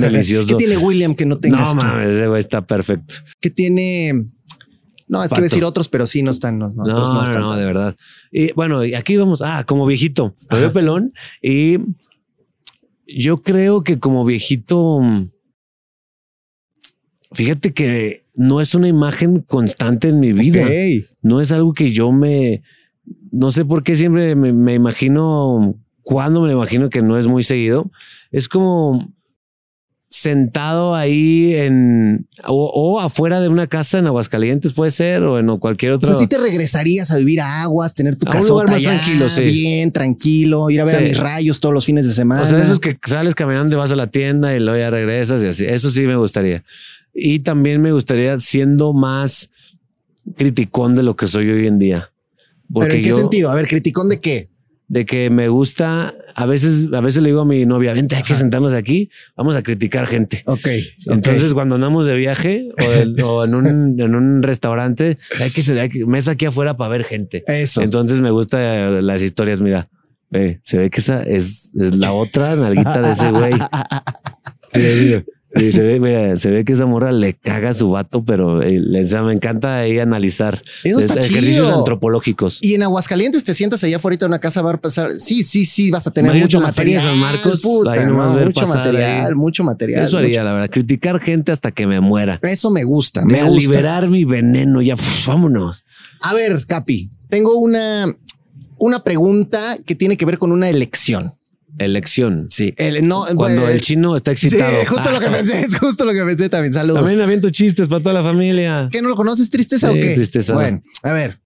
[SPEAKER 1] ¿Qué
[SPEAKER 6] delicioso.
[SPEAKER 1] tiene William que no
[SPEAKER 6] No
[SPEAKER 1] tengas tú?
[SPEAKER 6] mames, ese güey está perfecto.
[SPEAKER 1] ¿Qué tiene? No, es que
[SPEAKER 6] Pato.
[SPEAKER 1] iba a decir otros, pero sí, no están. No, no,
[SPEAKER 6] No,
[SPEAKER 1] otros no
[SPEAKER 6] no,
[SPEAKER 1] están
[SPEAKER 6] no,
[SPEAKER 1] tan-
[SPEAKER 6] de verdad. Y bueno, y aquí vamos, ah, como viejito, me
[SPEAKER 1] Ajá.
[SPEAKER 6] veo pelón y yo creo que como viejito, mm, fíjate que no es una imagen constante en mi vida,
[SPEAKER 1] Ok.
[SPEAKER 6] no es algo que yo me, no sé por qué siempre me, me imagino, cuando me imagino que no es muy seguido, es como sentado ahí en, o, o afuera de una casa en Aguascalientes puede ser, o en o cualquier
[SPEAKER 1] O
[SPEAKER 6] otro.
[SPEAKER 1] sea, sí te regresarías a vivir a aguas, tener tu
[SPEAKER 6] A un
[SPEAKER 1] casota
[SPEAKER 6] lugar más
[SPEAKER 1] allá,
[SPEAKER 6] tranquilo, sí.
[SPEAKER 1] bien tranquilo, ir a ver
[SPEAKER 6] Sí.
[SPEAKER 1] a mis rayos todos los fines de semana.
[SPEAKER 6] O sea, esos que sales caminando y vas a la tienda y luego ya regresas y así. Eso sí me gustaría. Y también me gustaría siendo más criticón de lo que soy hoy en día. Porque
[SPEAKER 1] Pero ¿en qué
[SPEAKER 6] yo-
[SPEAKER 1] sentido? A ver, criticón de qué?
[SPEAKER 6] De que me gusta, a veces, a veces le digo a mi novia, vente, hay que sentarnos aquí, vamos a criticar gente.
[SPEAKER 1] Ok.
[SPEAKER 6] Entonces, cuando andamos de viaje o, el- o en, un, en un restaurante, hay que ser hay que- mesa aquí afuera para ver gente.
[SPEAKER 1] ok. eso.
[SPEAKER 6] Entonces me gustan las historias, mira. ve, se ve que esa es, es la otra nalguita de ese güey. Mira, mira. Sí, se, ve, mira, se ve que esa morra le caga a su vato, pero eh, le- o sea, me encanta ahí analizar
[SPEAKER 1] Eso está
[SPEAKER 6] Es-
[SPEAKER 1] chido.
[SPEAKER 6] ejercicios antropológicos.
[SPEAKER 1] Y en Aguascalientes te sientas allá afuera de una casa, va a pasar. Sí, sí, sí, vas a tener
[SPEAKER 6] Imagínate
[SPEAKER 1] mucho
[SPEAKER 6] la feria
[SPEAKER 1] material.
[SPEAKER 6] de San Marcos,
[SPEAKER 1] puta,
[SPEAKER 6] ahí nomás
[SPEAKER 1] ¿no?
[SPEAKER 6] ver
[SPEAKER 1] mucho,
[SPEAKER 6] pasar
[SPEAKER 1] material
[SPEAKER 6] ahí.
[SPEAKER 1] mucho material,
[SPEAKER 6] Eso haría, la verdad, criticar gente hasta que me muera.
[SPEAKER 1] mucho- Eso me gusta, me
[SPEAKER 6] Ya
[SPEAKER 1] gusta.
[SPEAKER 6] liberar mi veneno, ya pf, vámonos.
[SPEAKER 1] A ver, Capi, tengo una, una pregunta que tiene que ver con una elección.
[SPEAKER 6] Elección.
[SPEAKER 1] Sí. El, no,
[SPEAKER 6] Cuando
[SPEAKER 1] eh,
[SPEAKER 6] el chino está
[SPEAKER 1] Sí,
[SPEAKER 6] excitado.
[SPEAKER 1] justo lo que pensé, es justo lo que pensé también. Saludos.
[SPEAKER 6] También aviento chistes para toda la familia.
[SPEAKER 1] ¿Qué no lo conoces? ¿Tristeza
[SPEAKER 6] Sí,
[SPEAKER 1] o qué?
[SPEAKER 6] tristeza.
[SPEAKER 1] Bueno, a ver.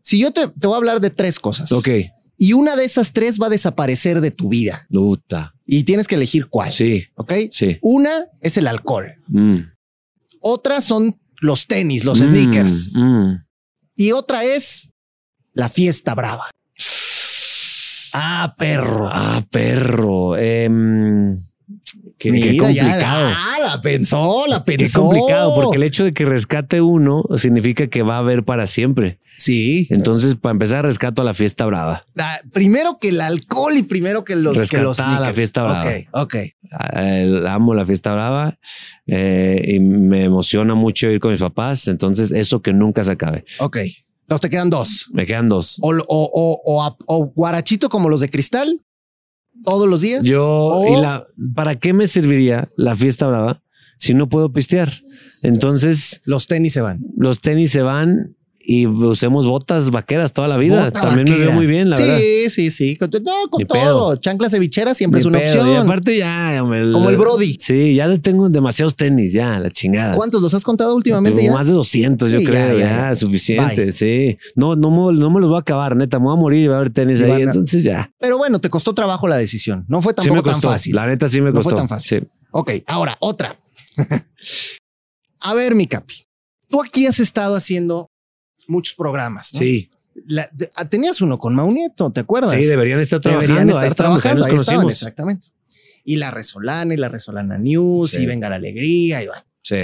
[SPEAKER 1] Si yo te, te voy a hablar de tres cosas
[SPEAKER 6] Ok.
[SPEAKER 1] y una de esas tres va a desaparecer de tu vida
[SPEAKER 6] Puta.
[SPEAKER 1] y tienes que elegir cuál.
[SPEAKER 6] Sí,
[SPEAKER 1] ¿Ok?
[SPEAKER 6] sí.
[SPEAKER 1] Una es el alcohol.
[SPEAKER 6] Mm.
[SPEAKER 1] Otra son los tenis, los
[SPEAKER 6] Mm,
[SPEAKER 1] sneakers.
[SPEAKER 6] mm.
[SPEAKER 1] Y otra es la fiesta brava. Ah, perro.
[SPEAKER 6] Ah, perro. Em, qué, qué
[SPEAKER 1] Mira, ya-
[SPEAKER 6] complicado.
[SPEAKER 1] ah, la pensó, la pensó.
[SPEAKER 6] Qué complicado, porque el hecho de que rescate uno significa que va a haber para siempre.
[SPEAKER 1] Sí.
[SPEAKER 6] Entonces, para empezar, rescato a la fiesta brava.
[SPEAKER 1] Ah, primero que el alcohol y primero que los, que los
[SPEAKER 6] Rescatada la
[SPEAKER 1] sneakers.
[SPEAKER 6] fiesta brava.
[SPEAKER 1] Ok, ok.
[SPEAKER 6] Eh, amo la fiesta brava eh, y me emociona mucho ir con mis papás. Entonces, eso que nunca se acabe.
[SPEAKER 1] Ok. Entonces te quedan dos.
[SPEAKER 6] Me quedan dos.
[SPEAKER 1] O, o, o, o, a- o guarachito como los de cristal todos los días.
[SPEAKER 6] Yo,
[SPEAKER 1] O-
[SPEAKER 6] y la, ¿para qué me serviría la fiesta brava si no puedo pistear? Entonces,
[SPEAKER 1] Los tenis se van.
[SPEAKER 6] los tenis se van y usemos botas vaqueras toda la vida.
[SPEAKER 1] Bota
[SPEAKER 6] También me
[SPEAKER 1] vaquera.
[SPEAKER 6] veo muy bien, la
[SPEAKER 1] sí,
[SPEAKER 6] verdad.
[SPEAKER 1] Sí, sí, Con, no, con
[SPEAKER 6] Ni
[SPEAKER 1] todo. Chanclas de bichera siempre es
[SPEAKER 6] Ni
[SPEAKER 1] una
[SPEAKER 6] pedo. Y
[SPEAKER 1] opción.
[SPEAKER 6] aparte ya... hombre,
[SPEAKER 1] Como el Brody.
[SPEAKER 6] Sí, ya le tengo demasiados tenis, ya, la chingada.
[SPEAKER 1] ¿Cuántos los has contado últimamente ya?
[SPEAKER 6] Más de 200, yo
[SPEAKER 1] Sí, ya,
[SPEAKER 6] creo,
[SPEAKER 1] ya,
[SPEAKER 6] ya,
[SPEAKER 1] ya.
[SPEAKER 6] suficiente,
[SPEAKER 1] Bye.
[SPEAKER 6] sí. No, no, me- no me los voy a acabar, neta, me voy a morir y va a haber tenis
[SPEAKER 1] Y
[SPEAKER 6] ahí,
[SPEAKER 1] van a-
[SPEAKER 6] entonces ya.
[SPEAKER 1] Pero bueno, te costó trabajo la decisión. No fue
[SPEAKER 6] Sí
[SPEAKER 1] tampoco
[SPEAKER 6] me costó,
[SPEAKER 1] tan fácil.
[SPEAKER 6] la neta sí me
[SPEAKER 1] No fue
[SPEAKER 6] costó.
[SPEAKER 1] tan fácil.
[SPEAKER 6] Sí.
[SPEAKER 1] Ok, ahora otra. A ver, mi capi. Tú aquí has estado haciendo muchos programas. ¿no?
[SPEAKER 6] Sí,
[SPEAKER 1] La- de- ah, tenías uno con Mau Nieto, ¿te acuerdas?
[SPEAKER 6] sí, deberían estar trabajando.
[SPEAKER 1] Deberían
[SPEAKER 6] ahí
[SPEAKER 1] estar
[SPEAKER 6] estamos, ahí
[SPEAKER 1] trabajando. Ahí
[SPEAKER 6] nos
[SPEAKER 1] estaban,
[SPEAKER 6] conocimos.
[SPEAKER 1] exactamente. Y la Resolana y la Resolana News
[SPEAKER 6] Sí.
[SPEAKER 1] y Venga la Alegría y va.
[SPEAKER 6] Sí,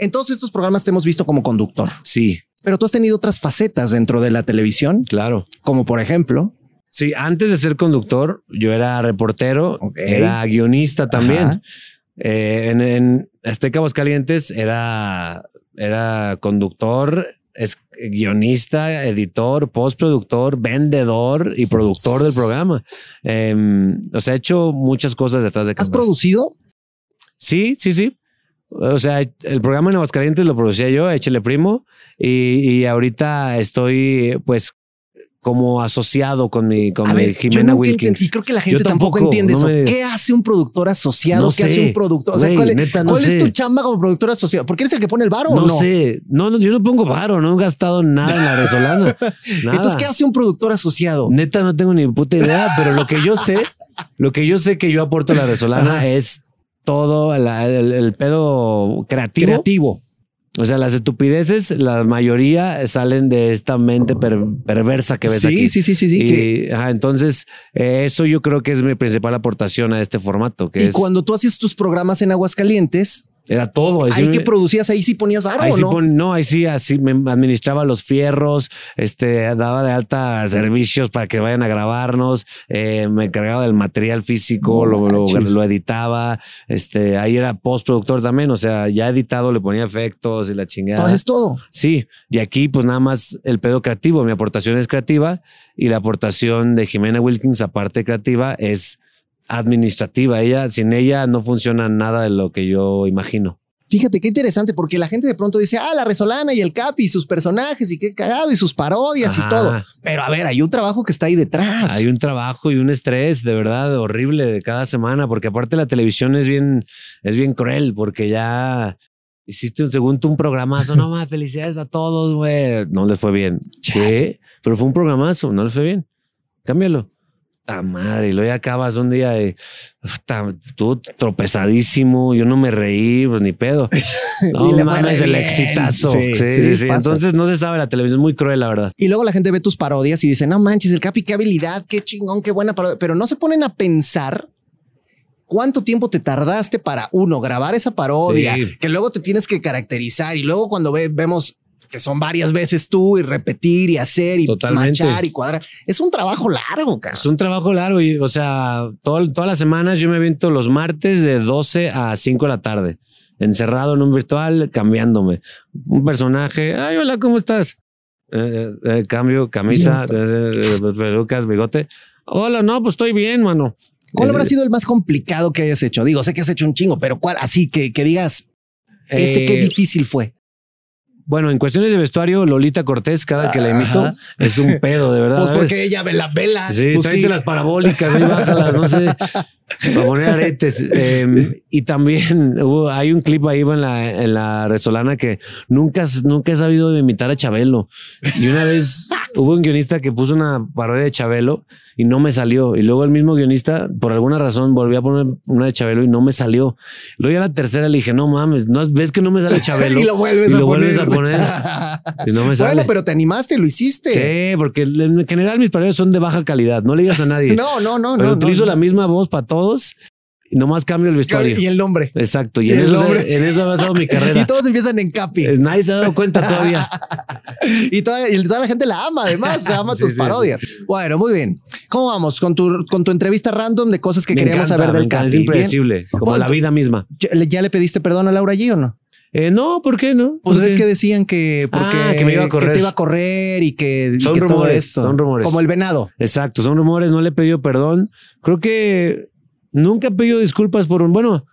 [SPEAKER 1] En todos estos programas te hemos visto como conductor,
[SPEAKER 6] sí,
[SPEAKER 1] pero tú has tenido otras facetas dentro de la televisión,
[SPEAKER 6] claro.
[SPEAKER 1] como por ejemplo,
[SPEAKER 6] Sí, antes de ser conductor, yo era reportero,
[SPEAKER 1] Ok.
[SPEAKER 6] era guionista
[SPEAKER 1] Ajá.
[SPEAKER 6] también. Eh, en, en Azteca Aguascalientes era, era conductor, es guionista, editor, postproductor, vendedor y productor del programa. Em, o sea, he hecho muchas cosas detrás de
[SPEAKER 1] ¿has
[SPEAKER 6] cámaras.
[SPEAKER 1] producido?
[SPEAKER 6] Sí, sí, sí. O sea, el programa en Aguascalientes lo producía yo, Échale Primo, y, y ahorita estoy, pues, como asociado con mi, con
[SPEAKER 1] A
[SPEAKER 6] mi
[SPEAKER 1] ver, yo
[SPEAKER 6] Jimena
[SPEAKER 1] nunca
[SPEAKER 6] Wilkins.
[SPEAKER 1] entendí, y creo que la gente
[SPEAKER 6] Yo
[SPEAKER 1] tampoco,
[SPEAKER 6] tampoco,
[SPEAKER 1] entiende
[SPEAKER 6] no
[SPEAKER 1] eso.
[SPEAKER 6] me-
[SPEAKER 1] ¿Qué hace un productor asociado?
[SPEAKER 6] No
[SPEAKER 1] ¿Qué
[SPEAKER 6] sé,
[SPEAKER 1] hace un productor? O sea,
[SPEAKER 6] güey,
[SPEAKER 1] ¿cuál, es,
[SPEAKER 6] neta, no
[SPEAKER 1] cuál es tu
[SPEAKER 6] sé.
[SPEAKER 1] chamba como productor asociado? Porque eres el que pone el varo o
[SPEAKER 6] No,
[SPEAKER 1] no?
[SPEAKER 6] sé, no, no, yo no pongo varo, no he gastado nada en la resolana. nada.
[SPEAKER 1] Entonces, ¿qué hace un productor asociado?
[SPEAKER 6] Neta, no tengo ni puta idea, pero lo que yo sé, lo que yo sé que yo aporto a la resolana
[SPEAKER 1] Ajá.
[SPEAKER 6] es todo la- el, el pedo creativo,
[SPEAKER 1] Creativo.
[SPEAKER 6] O sea, las estupideces, la mayoría salen de esta mente per- perversa que ves
[SPEAKER 1] sí,
[SPEAKER 6] aquí.
[SPEAKER 1] sí, sí, sí, sí.
[SPEAKER 6] Y,
[SPEAKER 1] que-
[SPEAKER 6] ajá, entonces, eh, eso yo creo que es mi principal aportación a este formato, que
[SPEAKER 1] y
[SPEAKER 6] es,
[SPEAKER 1] cuando tú hacías tus programas en Aguascalientes,
[SPEAKER 6] era todo. es
[SPEAKER 1] ahí
[SPEAKER 6] un-
[SPEAKER 1] que producías, ahí sí ponías barro,
[SPEAKER 6] Pues ahí sí
[SPEAKER 1] ¿no?
[SPEAKER 6] pon- no, ahí sí, así me administraba los fierros, este, daba de alta servicios para que vayan a grabarnos, eh, me encargaba del material
[SPEAKER 1] No
[SPEAKER 6] físico, lo, lo-
[SPEAKER 1] manches.
[SPEAKER 6] lo editaba, este, ahí era postproductor también, o sea, ya editado le ponía efectos y la chingada.
[SPEAKER 1] Entonces todo.
[SPEAKER 6] Sí, y aquí pues nada más el pedo creativo, mi aportación es creativa y la aportación de Jimena Wilkins, aparte creativa, es administrativa. Ella, sin ella no funciona nada de lo que yo imagino.
[SPEAKER 1] Fíjate qué interesante, porque la gente de pronto dice, ah, la Resolana y el Capi y sus personajes y qué cagado y sus parodias
[SPEAKER 6] Ajá.
[SPEAKER 1] y todo. Pero a ver, hay un trabajo que está ahí detrás.
[SPEAKER 6] Hay un trabajo y un estrés de verdad horrible de cada semana, porque aparte la televisión es bien, es bien cruel, porque ya hiciste un segundo un programazo, no más, felicidades a todos, güey. No les fue bien. ¿Qué? Pero fue un programazo, no les fue bien. Cámbialo. Ah, madre, y luego ya acabas un día de tú tropezadísimo, yo no me reí, pues ni pedo. No
[SPEAKER 1] Y le fue
[SPEAKER 6] mames,
[SPEAKER 1] re
[SPEAKER 6] el
[SPEAKER 1] bien.
[SPEAKER 6] exitazo.
[SPEAKER 1] Sí,
[SPEAKER 6] Sí,
[SPEAKER 1] sí,
[SPEAKER 6] sí, sí.
[SPEAKER 1] pasa.
[SPEAKER 6] Entonces no se sabe, la televisión es muy cruel, la verdad.
[SPEAKER 1] Y luego la gente ve tus parodias y dice, no manches, el Capi, qué habilidad, qué chingón, qué buena parodia. Pero no se ponen a pensar cuánto tiempo te tardaste para, uno, grabar esa parodia,
[SPEAKER 6] Sí.
[SPEAKER 1] que luego te tienes que caracterizar. Y luego cuando ve- vemos que son varias veces tú y repetir y hacer y
[SPEAKER 6] Totalmente.
[SPEAKER 1] manchar y cuadrar. Es un trabajo largo, cara.
[SPEAKER 6] Es un trabajo largo, y, o sea, todo- todas las semanas yo me aviento los martes de 12 a 5 de la tarde, encerrado en un virtual, cambiándome. Un personaje, ay, hola, ¿cómo estás? Eh, eh, eh, cambio, camisa, eh, eh, pelucas, bigote. Hola, no, pues estoy bien, mano.
[SPEAKER 1] ¿Cuál
[SPEAKER 6] Eh,
[SPEAKER 1] habrá sido el más complicado que hayas hecho? Digo, sé que has hecho un chingo, pero ¿cuál? Así que, que digas, este qué
[SPEAKER 6] eh,
[SPEAKER 1] difícil fue.
[SPEAKER 6] Bueno, en cuestiones de vestuario, Lolita Cortés, cada que la imito,
[SPEAKER 1] Ajá.
[SPEAKER 6] es un pedo, de verdad.
[SPEAKER 1] Pues
[SPEAKER 6] A ver,
[SPEAKER 1] porque ella ve la vela.
[SPEAKER 6] ah, Sí,
[SPEAKER 1] Pues
[SPEAKER 6] tráete
[SPEAKER 1] sí.
[SPEAKER 6] las parabólicas, ahí bájalas, no sé. Para poner aretes. Eh, y también hubo- hay un clip ahí en la, en la Resolana que nunca, nunca he sabido imitar a Chabelo. Y una vez hubo un guionista que puso una parodia de Chabelo y no me salió. Y luego el mismo guionista, por alguna razón, volvió a poner una de Chabelo y no me salió. Luego ya la tercera le dije, no mames, ¿no, ¿ves que no me sale Chabelo?
[SPEAKER 1] y lo vuelves,
[SPEAKER 6] Y
[SPEAKER 1] a,
[SPEAKER 6] lo
[SPEAKER 1] poner.
[SPEAKER 6] vuelves a poner. Y no me sale.
[SPEAKER 1] bueno, pero te animaste, lo hiciste.
[SPEAKER 6] Sí, porque en general mis parodias son de baja calidad. No le digas a nadie.
[SPEAKER 1] No, no, no,
[SPEAKER 6] Pero
[SPEAKER 1] no.
[SPEAKER 6] utilizo
[SPEAKER 1] no.
[SPEAKER 6] la misma voz para todos y nomás cambio el vestuario.
[SPEAKER 1] Y el nombre.
[SPEAKER 6] Exacto. Y,
[SPEAKER 1] y
[SPEAKER 6] en,
[SPEAKER 1] el
[SPEAKER 6] eso, se-
[SPEAKER 1] nombre.
[SPEAKER 6] en eso ha basado mi
[SPEAKER 1] Y
[SPEAKER 6] carrera.
[SPEAKER 1] todos empiezan en Capi.
[SPEAKER 6] Eh, Nadie se ha dado cuenta todavía.
[SPEAKER 1] Y toda, y toda la gente la ama, además, se ama
[SPEAKER 6] Sí,
[SPEAKER 1] tus
[SPEAKER 6] sí,
[SPEAKER 1] parodias. Bueno, muy bien. ¿Cómo vamos con tu, con tu entrevista random de cosas que
[SPEAKER 6] Me
[SPEAKER 1] queríamos
[SPEAKER 6] encanta,
[SPEAKER 1] saber
[SPEAKER 6] me
[SPEAKER 1] del
[SPEAKER 6] encanta,
[SPEAKER 1] Capi?
[SPEAKER 6] Es
[SPEAKER 1] Bien.
[SPEAKER 6] impredecible, como
[SPEAKER 1] Bueno,
[SPEAKER 6] la
[SPEAKER 1] tú-
[SPEAKER 6] vida misma.
[SPEAKER 1] ¿Ya le- ¿Ya le pediste perdón a Laura G o no?
[SPEAKER 6] Eh, no, ¿por qué no?
[SPEAKER 1] Pues
[SPEAKER 6] ¿Por
[SPEAKER 1] ves
[SPEAKER 6] qué?
[SPEAKER 1] que decían que porque
[SPEAKER 6] Ah, que me iba a correr.
[SPEAKER 1] te iba a correr y que, y
[SPEAKER 6] Son
[SPEAKER 1] que todo
[SPEAKER 6] rumores,
[SPEAKER 1] esto.
[SPEAKER 6] son rumores.
[SPEAKER 1] Como el venado.
[SPEAKER 6] Exacto, son rumores, no le he pedido perdón. Creo que nunca he pedido disculpas por un... Bueno,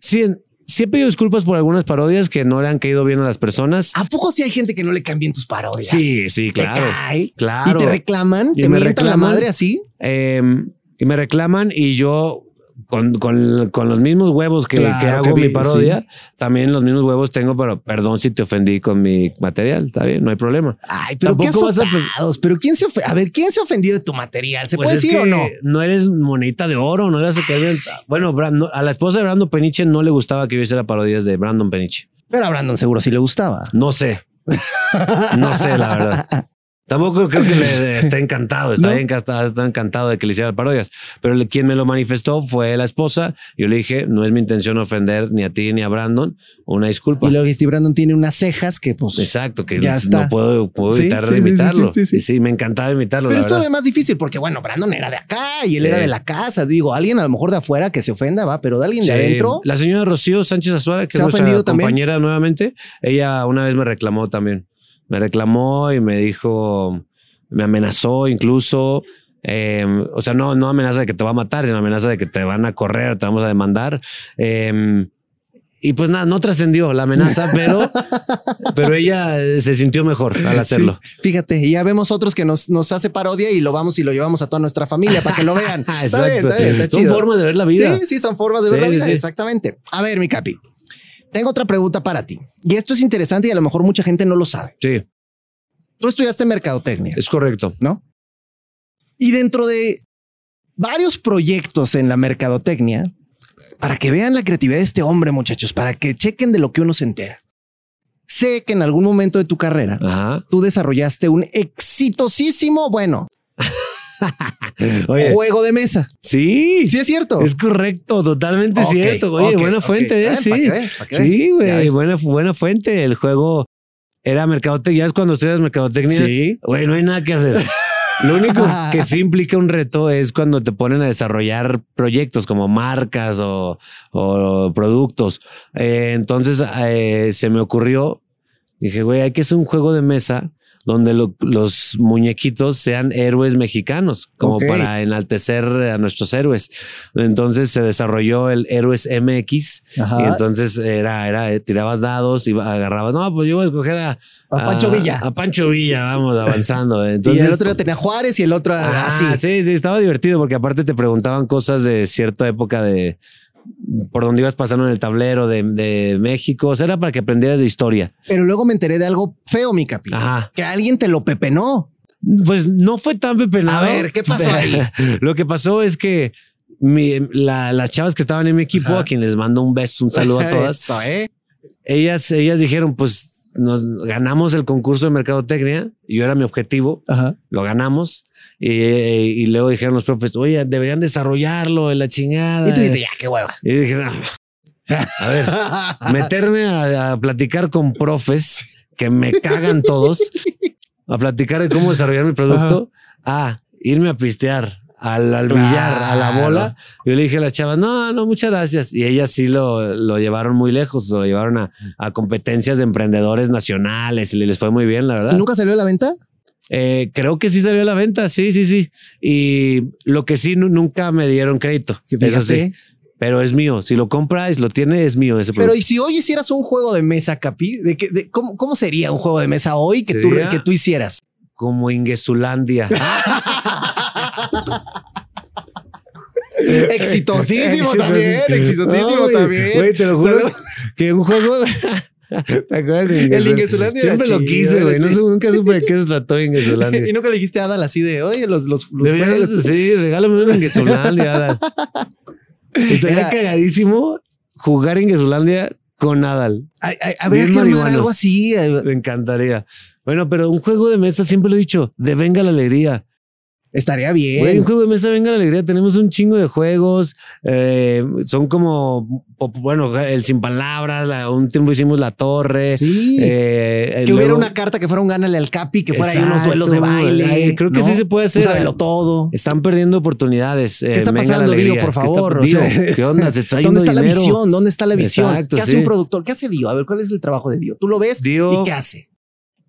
[SPEAKER 6] sí, en- sí he pedido disculpas por algunas parodias que no le han caído bien a las personas.
[SPEAKER 1] ¿A poco sí hay gente que no le cambien tus parodias?
[SPEAKER 6] Sí, sí,
[SPEAKER 1] Te
[SPEAKER 6] claro.
[SPEAKER 1] cae.
[SPEAKER 6] Claro.
[SPEAKER 1] Y te reclaman,
[SPEAKER 6] Y
[SPEAKER 1] te
[SPEAKER 6] me
[SPEAKER 1] mientan la
[SPEAKER 6] reclaman.
[SPEAKER 1] madre así.
[SPEAKER 6] Eh, y me reclaman y yo con, con- con los mismos huevos que,
[SPEAKER 1] Claro,
[SPEAKER 6] que hago
[SPEAKER 1] que vi-
[SPEAKER 6] mi parodia, también los mismos huevos tengo, pero perdón si te ofendí con mi material, está bien, no hay problema.
[SPEAKER 1] Ay, pero qué
[SPEAKER 6] Tampoco vas a
[SPEAKER 1] azotados. Pero quién se ofe- a ver, ¿quién se ha ofendido de tu material? ¿Se
[SPEAKER 6] Pues
[SPEAKER 1] puede
[SPEAKER 6] es
[SPEAKER 1] decir o
[SPEAKER 6] que
[SPEAKER 1] no?
[SPEAKER 6] No eres monita de oro, no eres... Bueno, Bra- no- a la esposa de Brandon Peniche no le gustaba que yo hiciera parodias de Brandon Peniche.
[SPEAKER 1] Pero a Brandon seguro sí le gustaba.
[SPEAKER 6] No sé. No sé, la verdad. Tampoco creo que le esté encantado, está, bien que está- está encantado de que le hiciera parodias, pero le- quien me lo manifestó fue la esposa. Yo le dije, no es mi intención ofender ni a ti ni a Brandon, una disculpa.
[SPEAKER 1] Y luego este Brandon tiene unas cejas que pues...
[SPEAKER 6] Exacto, que
[SPEAKER 1] Ya
[SPEAKER 6] no
[SPEAKER 1] está.
[SPEAKER 6] puedo, puedo
[SPEAKER 1] Sí,
[SPEAKER 6] evitar
[SPEAKER 1] sí,
[SPEAKER 6] de
[SPEAKER 1] sí, sí,
[SPEAKER 6] imitarlo.
[SPEAKER 1] sí, sí,
[SPEAKER 6] Sí,
[SPEAKER 1] sí.
[SPEAKER 6] me encantaba imitarlo.
[SPEAKER 1] Pero
[SPEAKER 6] la
[SPEAKER 1] esto
[SPEAKER 6] verdad.
[SPEAKER 1] es más difícil porque, bueno, Brandon era de acá y él era
[SPEAKER 6] Sí.
[SPEAKER 1] de la casa. Digo, alguien a lo mejor de afuera que se ofenda, va, pero de alguien de
[SPEAKER 6] Sí,
[SPEAKER 1] adentro.
[SPEAKER 6] La señora Rocío Sánchez Azuara, que
[SPEAKER 1] ¿Se ha
[SPEAKER 6] es nuestra
[SPEAKER 1] ofendido también?
[SPEAKER 6] compañera nuevamente, ella una vez me reclamó también. Me reclamó y me dijo, me amenazó incluso. eh, o sea, no, no amenaza de que te va a matar, sino amenaza de que te van a correr, te vamos a demandar. eh, y pues nada, no trascendió la amenaza, pero, pero ella eh, se sintió mejor al hacerlo.
[SPEAKER 1] Sí. Fíjate, y ya vemos otros que nos, nos hace parodia y lo vamos y lo llevamos a toda nuestra familia para que lo vean.
[SPEAKER 6] Ah,
[SPEAKER 1] Está bien, está bien, está
[SPEAKER 6] Son
[SPEAKER 1] chido.
[SPEAKER 6] formas de ver la vida.
[SPEAKER 1] Sí, sí, son formas de ver
[SPEAKER 6] Sí,
[SPEAKER 1] la
[SPEAKER 6] sí,
[SPEAKER 1] vida,
[SPEAKER 6] sí.
[SPEAKER 1] exactamente. A ver, mi Capi, tengo otra pregunta para ti. Y esto es interesante y a lo mejor mucha gente no lo sabe.
[SPEAKER 6] sí,
[SPEAKER 1] Tú estudiaste mercadotecnia,
[SPEAKER 6] es correcto.
[SPEAKER 1] ¿no? Y dentro de varios proyectos en la mercadotecnia, para que vean la creatividad de este hombre, muchachos, para que chequen de lo que uno se entera. Sé que en algún momento de tu carrera
[SPEAKER 6] Ajá.
[SPEAKER 1] tú desarrollaste un exitosísimo, bueno,
[SPEAKER 6] Oye,
[SPEAKER 1] juego de mesa.
[SPEAKER 6] sí.
[SPEAKER 1] Sí, es cierto.
[SPEAKER 6] Es correcto, totalmente
[SPEAKER 1] Ok,
[SPEAKER 6] cierto. Oye,
[SPEAKER 1] ok,
[SPEAKER 6] buena
[SPEAKER 1] ok.
[SPEAKER 6] fuente, ¿eh?
[SPEAKER 1] Ah,
[SPEAKER 6] Sí.
[SPEAKER 1] ¿para qué ves? ¿Para qué
[SPEAKER 6] Sí,
[SPEAKER 1] ves? Ya
[SPEAKER 6] güey,
[SPEAKER 1] ves.
[SPEAKER 6] buena, buena fuente. El juego era mercadotecnia. Ya es cuando estudias mercadotecnia.
[SPEAKER 1] Sí.
[SPEAKER 6] Güey, no hay nada que hacer. Lo único que sí implica un reto es cuando te ponen a desarrollar proyectos como marcas o, o productos. Eh, entonces eh, se me ocurrió, dije, güey, hay que hacer un juego de mesa donde lo- los muñequitos sean héroes mexicanos, como
[SPEAKER 1] Ok.
[SPEAKER 6] para enaltecer a nuestros héroes. Entonces se desarrolló el Héroes MX y entonces era, era, eh, tirabas dados y agarrabas, no, pues yo voy a escoger a,
[SPEAKER 1] A Pancho Villa.
[SPEAKER 6] A Pancho Villa, vamos avanzando. Ah, Entonces,
[SPEAKER 1] y el otro tenía Juárez y el otro
[SPEAKER 6] Ah,
[SPEAKER 1] así.
[SPEAKER 6] sí, sí, estaba divertido porque aparte te preguntaban cosas de cierta época de por donde ibas pasando en el tablero de, de México. O sea, era para que aprendieras de historia.
[SPEAKER 1] Pero luego me enteré de algo feo, mi capi.
[SPEAKER 6] Ajá.
[SPEAKER 1] Que alguien te lo pepenó.
[SPEAKER 6] Pues no fue tan pepenado.
[SPEAKER 1] A ver, ¿qué pasó ahí?
[SPEAKER 6] Lo que pasó es que mi- la- las chavas que estaban en mi equipo,
[SPEAKER 1] Ajá.
[SPEAKER 6] a quienes les mando un beso, un saludo a todas,
[SPEAKER 1] Eso, ¿eh?
[SPEAKER 6] ellas, ellas dijeron, pues nos ganamos el concurso de mercadotecnia. Yo era mi objetivo. Lo ganamos. Y, y luego dijeron los profes, oye, deberían desarrollarlo de la chingada.
[SPEAKER 1] Y tú dices, ya, qué hueva.
[SPEAKER 6] Y dije, "Ah, "No". a ver, meterme a, a platicar con profes que me cagan todos, a platicar de cómo desarrollar mi producto, a irme a pistear. Al, al billar, a la bola. Yo le dije a las chavas, no, no, muchas gracias. Y ellas sí lo, lo llevaron muy lejos, lo llevaron a, a competencias de emprendedores nacionales y les fue muy bien, la verdad.
[SPEAKER 1] ¿Y nunca salió a la venta?
[SPEAKER 6] Eh, creo que sí salió a la venta, sí, sí, sí. Y lo que sí, nu- nunca me dieron crédito. Eso sí.
[SPEAKER 1] Fíjate.
[SPEAKER 6] Pero es mío. Si lo compras, lo tiene, es mío ese
[SPEAKER 1] Pero
[SPEAKER 6] producto.
[SPEAKER 1] y si hoy hicieras un juego de mesa, Capi, ¿de qué- de cómo, cómo sería un juego de mesa hoy que, tú,
[SPEAKER 6] ¿Sería?
[SPEAKER 1] que tú hicieras?
[SPEAKER 6] Como Ingesulandia.
[SPEAKER 1] Exitosísimo también, exitosísimo
[SPEAKER 6] No, güey,
[SPEAKER 1] también.
[SPEAKER 6] Güey, te lo juro
[SPEAKER 1] Saludos.
[SPEAKER 6] que un juego. ¿Te acuerdas de
[SPEAKER 1] El
[SPEAKER 6] Ingesu-
[SPEAKER 1] Ingesulandia era
[SPEAKER 6] Siempre lo
[SPEAKER 1] chido,
[SPEAKER 6] quise,
[SPEAKER 1] era
[SPEAKER 6] güey. No sé,
[SPEAKER 1] chido.
[SPEAKER 6] nunca supe de qué se trató Ingesulandia.
[SPEAKER 1] Y nunca le dijiste a Adal así de, oye, los, los, los
[SPEAKER 6] Deberías-
[SPEAKER 1] juegos-
[SPEAKER 6] sí, regálame un Ingesulandia. Adal. Estaría
[SPEAKER 1] Era-
[SPEAKER 6] cagadísimo jugar Ingesulandia con Adal.
[SPEAKER 1] Ay, ay, Habría
[SPEAKER 6] Bien
[SPEAKER 1] que armar
[SPEAKER 6] marihuanos.
[SPEAKER 1] algo así. eh,
[SPEAKER 6] Me encantaría. Bueno, pero un juego de mesa, siempre lo he dicho, de venga la alegría.
[SPEAKER 1] Estaría
[SPEAKER 6] Güey, un
[SPEAKER 1] bien.
[SPEAKER 6] juego de mesa, venga la alegría. Tenemos un chingo de juegos. eh, son como, po- bueno, el sin palabras. La, un tiempo hicimos la torre.
[SPEAKER 1] Sí.
[SPEAKER 6] eh,
[SPEAKER 1] que hubiera
[SPEAKER 6] luego-
[SPEAKER 1] una carta que fuera un gánale al Capi, que fuera ahí unos
[SPEAKER 6] Exacto.
[SPEAKER 1] duelos de baile.
[SPEAKER 6] Ay, creo que
[SPEAKER 1] ¿no?
[SPEAKER 6] sí se puede hacer.
[SPEAKER 1] Un sábelo todo.
[SPEAKER 6] Están perdiendo oportunidades. eh,
[SPEAKER 1] está
[SPEAKER 6] venga la
[SPEAKER 1] pasando, Dio,
[SPEAKER 6] alegría.
[SPEAKER 1] por
[SPEAKER 6] ¿Qué está-
[SPEAKER 1] favor? O
[SPEAKER 6] Dio,
[SPEAKER 1] sea,
[SPEAKER 6] ¿qué onda? Se está
[SPEAKER 1] ¿Dónde
[SPEAKER 6] yendo
[SPEAKER 1] está la
[SPEAKER 6] dinero.
[SPEAKER 1] visión? ¿Dónde está la visión?
[SPEAKER 6] Exacto,
[SPEAKER 1] ¿Qué hace
[SPEAKER 6] sí.
[SPEAKER 1] un productor? ¿Qué hace Dio? A ver, ¿cuál es el trabajo de Dio? Tú lo ves
[SPEAKER 6] Dio-
[SPEAKER 1] y ¿qué hace?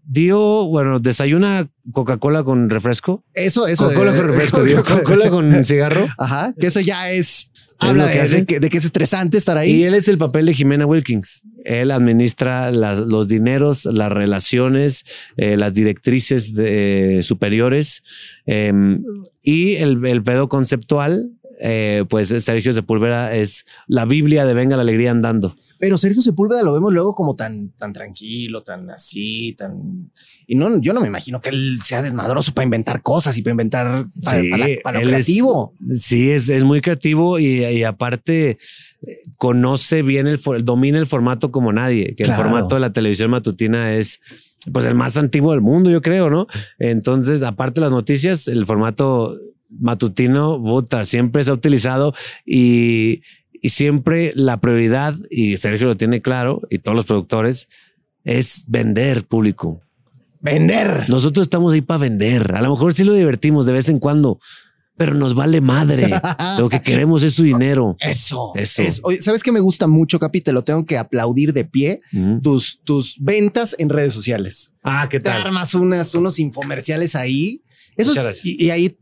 [SPEAKER 6] Dio, bueno, desayuna Coca-Cola con refresco.
[SPEAKER 1] Eso, eso.
[SPEAKER 6] Coca-Cola
[SPEAKER 1] eh,
[SPEAKER 6] con refresco, Dio. Coca-Cola con cigarro.
[SPEAKER 1] Ajá, que eso ya es...
[SPEAKER 6] Es
[SPEAKER 1] Habla
[SPEAKER 6] lo que
[SPEAKER 1] de,
[SPEAKER 6] hace.
[SPEAKER 1] de que, de que es estresante estar ahí.
[SPEAKER 6] Y él es el papel de Jimena Wilkins. Él administra las- los dineros, las relaciones, eh, las directrices de- superiores eh, y el, el pedo conceptual. eh, pues Sergio Sepúlveda es la Biblia de Venga la Alegría andando.
[SPEAKER 1] Pero Sergio Sepúlveda lo vemos luego como tan, tan tranquilo, tan así, tan... Y no, yo no me imagino que él sea desmadroso para inventar cosas y para inventar... Para,
[SPEAKER 6] Sí,
[SPEAKER 1] para- para lo
[SPEAKER 6] él es-
[SPEAKER 1] creativo.
[SPEAKER 6] Sí, es, es muy creativo y, y aparte eh, conoce bien el, for- domina el formato como nadie, que
[SPEAKER 1] Claro.
[SPEAKER 6] el formato de la televisión matutina es pues el más antiguo del mundo, yo creo, ¿no? Entonces, aparte de las noticias, el formato matutino vota, siempre se ha utilizado y, y siempre la prioridad, y Sergio lo tiene claro, y todos los productores, es vender público.
[SPEAKER 1] Vender.
[SPEAKER 6] Nosotros estamos ahí para vender. A lo mejor sí lo divertimos de vez en cuando, pero nos vale madre. Lo que queremos es su dinero.
[SPEAKER 1] Eso.
[SPEAKER 6] Eso.
[SPEAKER 1] Es, oye, ¿Sabes qué me gusta mucho, Capi? Te lo tengo que aplaudir de pie.
[SPEAKER 6] Mm.
[SPEAKER 1] Tus, tus ventas en redes sociales.
[SPEAKER 6] Ah, ¿qué
[SPEAKER 1] Te
[SPEAKER 6] tal?
[SPEAKER 1] armas unas, unos infomerciales ahí. Eso
[SPEAKER 6] Muchas
[SPEAKER 1] es,
[SPEAKER 6] gracias.
[SPEAKER 1] y, y ahí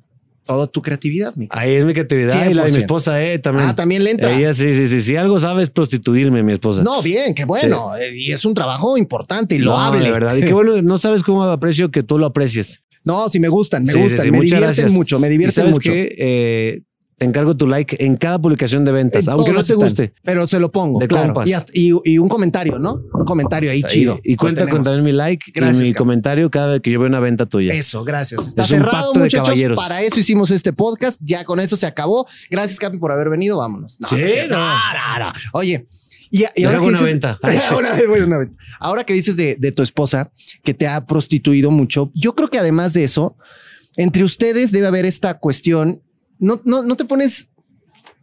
[SPEAKER 1] toda tu creatividad, mi.
[SPEAKER 6] Ahí es mi creatividad y la de mi
[SPEAKER 1] 100%.
[SPEAKER 6] esposa, eh, también.
[SPEAKER 1] Ah, también le entra.
[SPEAKER 6] Ella sí, sí, sí. Si algo sabe es prostituirme, mi esposa.
[SPEAKER 1] No, bien, qué bueno. Eh, Y es un trabajo importante y
[SPEAKER 6] No,
[SPEAKER 1] loable.
[SPEAKER 6] de verdad. Y qué bueno, no sabes cómo aprecio que tú lo aprecies.
[SPEAKER 1] No, sí me gustan, me
[SPEAKER 6] Sí, sí,
[SPEAKER 1] gustan,
[SPEAKER 6] sí,
[SPEAKER 1] me
[SPEAKER 6] muchas
[SPEAKER 1] divierten
[SPEAKER 6] gracias.
[SPEAKER 1] mucho, me
[SPEAKER 6] Y
[SPEAKER 1] divierten
[SPEAKER 6] sabes
[SPEAKER 1] mucho.
[SPEAKER 6] qué? Eh, te encargo tu like en cada publicación de ventas,
[SPEAKER 1] En
[SPEAKER 6] aunque no
[SPEAKER 1] todas
[SPEAKER 6] te
[SPEAKER 1] Eh, están,
[SPEAKER 6] guste.
[SPEAKER 1] pero se lo pongo,
[SPEAKER 6] De
[SPEAKER 1] claro.
[SPEAKER 6] compas.
[SPEAKER 1] Y, hasta- y- y un comentario, ¿no? Un comentario ahí,
[SPEAKER 6] Ahí.
[SPEAKER 1] chido.
[SPEAKER 6] Y
[SPEAKER 1] Lo
[SPEAKER 6] cuenta con
[SPEAKER 1] tenemos.
[SPEAKER 6] también mi like
[SPEAKER 1] Gracias,
[SPEAKER 6] y mi
[SPEAKER 1] cabrón.
[SPEAKER 6] comentario cada vez que yo veo una venta tuya.
[SPEAKER 1] Eso, gracias. Está
[SPEAKER 6] Es un
[SPEAKER 1] cerrado,
[SPEAKER 6] pacto de
[SPEAKER 1] muchachos.
[SPEAKER 6] caballeros.
[SPEAKER 1] Para eso hicimos este podcast. Ya con eso se acabó. Gracias, Capi, por haber venido. Vámonos. No,
[SPEAKER 6] Sí,
[SPEAKER 1] no es cierto.
[SPEAKER 6] no.
[SPEAKER 1] Oye, Y, y
[SPEAKER 6] Les
[SPEAKER 1] ahora
[SPEAKER 6] hago
[SPEAKER 1] que
[SPEAKER 6] una
[SPEAKER 1] dices-
[SPEAKER 6] venta.
[SPEAKER 1] Una vez, bueno, una venta. Ahora que dices de, de tu esposa que te ha prostituido mucho, yo creo que además de eso, entre ustedes debe haber esta cuestión. No, no, no te pones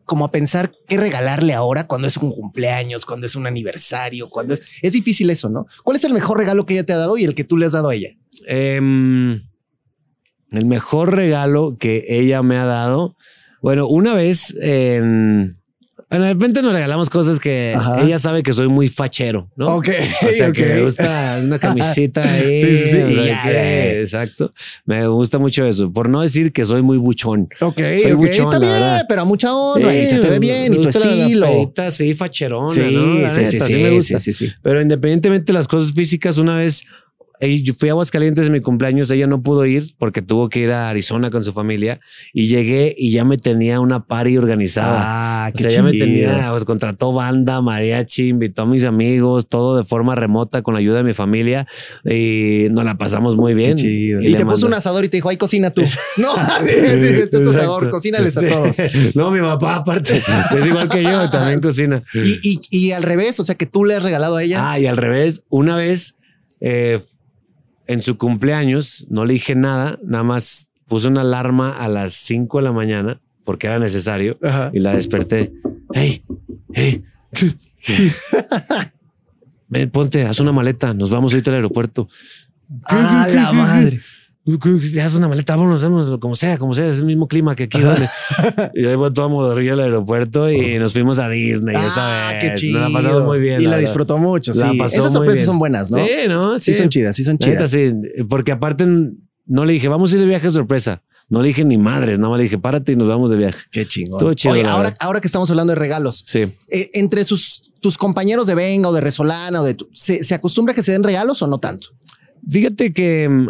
[SPEAKER 1] como a pensar qué regalarle ahora cuando es un cumpleaños, cuando es un aniversario, cuando es. Es difícil eso, ¿no? ¿Cuál es el mejor regalo que ella te ha dado y el que tú le has dado a ella?
[SPEAKER 6] Em, el mejor regalo que ella me ha dado. Bueno, una vez en. bueno, de repente nos regalamos cosas que
[SPEAKER 1] Ajá.
[SPEAKER 6] ella sabe que soy muy fachero, ¿no? O sea, que me gusta una camisita ahí.
[SPEAKER 1] Sí, sí, sí.
[SPEAKER 6] o sea,
[SPEAKER 1] Y ya,
[SPEAKER 6] que-
[SPEAKER 1] eh.
[SPEAKER 6] exacto. Me gusta mucho eso. Por no decir que soy muy buchón.
[SPEAKER 1] Ok,
[SPEAKER 6] Soy
[SPEAKER 1] ok,
[SPEAKER 6] buchón,
[SPEAKER 1] está
[SPEAKER 6] la
[SPEAKER 1] bien,
[SPEAKER 6] verdad.
[SPEAKER 1] pero a mucha honra y
[SPEAKER 6] Sí,
[SPEAKER 1] se te
[SPEAKER 6] me
[SPEAKER 1] ve bien y tu
[SPEAKER 6] gusta la- la
[SPEAKER 1] estilo.
[SPEAKER 6] pedita, sí, facherona,
[SPEAKER 1] Sí,
[SPEAKER 6] ¿no? La
[SPEAKER 1] sí, sí,
[SPEAKER 6] neta,
[SPEAKER 1] sí,
[SPEAKER 6] me gusta.
[SPEAKER 1] sí, sí, sí.
[SPEAKER 6] Pero independientemente de las cosas físicas, una vez eh, yo fui a Aguascalientes en mi cumpleaños, ella no pudo ir porque tuvo que ir a Arizona con su familia y llegué y ya me tenía una party organizada.
[SPEAKER 1] Ah,
[SPEAKER 6] o sea, ya me
[SPEAKER 1] chingón.
[SPEAKER 6] tenía, pues contrató banda, mariachi, invitó a mis amigos, todo de forma remota con la ayuda de mi familia y nos la pasamos muy bien.
[SPEAKER 1] Y,
[SPEAKER 6] le
[SPEAKER 1] te
[SPEAKER 6] mandó-
[SPEAKER 1] puso un asador y te dijo, ay, cocina tú. no, este es tu asador,
[SPEAKER 6] Exacto.
[SPEAKER 1] cocínales a
[SPEAKER 6] Sí.
[SPEAKER 1] todos.
[SPEAKER 6] No, mi papá aparte, es igual que yo, también cocina.
[SPEAKER 1] Y, y- y al revés, o sea, que tú le has regalado a ella.
[SPEAKER 6] Ah, y al revés, una vez eh, en su cumpleaños no le dije nada, nada más puse una alarma a las 5 de la mañana porque era necesario y la desperté. Hey, hey, ven, ponte, haz una maleta, nos vamos ahorita al aeropuerto.
[SPEAKER 1] Ah, la madre.
[SPEAKER 6] Haz una maleta, vámonos, vámonos, como sea, como sea, es el mismo clima que aquí, vale. y ahí todo modorrillo al aeropuerto y nos fuimos a Disney.
[SPEAKER 1] Ah,
[SPEAKER 6] esa
[SPEAKER 1] qué
[SPEAKER 6] vez.
[SPEAKER 1] chido.
[SPEAKER 6] Nos la pasamos muy bien.
[SPEAKER 1] Y la,
[SPEAKER 6] verdad.
[SPEAKER 1] disfrutó mucho.
[SPEAKER 6] La
[SPEAKER 1] sí.
[SPEAKER 6] pasó
[SPEAKER 1] Esas
[SPEAKER 6] muy
[SPEAKER 1] sorpresas
[SPEAKER 6] bien.
[SPEAKER 1] son buenas, ¿no?
[SPEAKER 6] Sí, ¿no?
[SPEAKER 1] Sí, son chidas, sí son
[SPEAKER 6] La neta,
[SPEAKER 1] chidas.
[SPEAKER 6] sí, porque aparte no le dije, vamos a ir de viaje sorpresa. No le dije ni madres, nada más le dije, párate y nos vamos de viaje.
[SPEAKER 1] Qué chingón.
[SPEAKER 6] Estuvo chido,
[SPEAKER 1] Oye,
[SPEAKER 6] la
[SPEAKER 1] ahora,
[SPEAKER 6] verdad.
[SPEAKER 1] ahora que estamos hablando de regalos,
[SPEAKER 6] Sí.
[SPEAKER 1] eh, entre sus, tus compañeros de Venga o de Resolana o de tu- ¿se, se acostumbra que se den regalos o no tanto?
[SPEAKER 6] Fíjate que mm,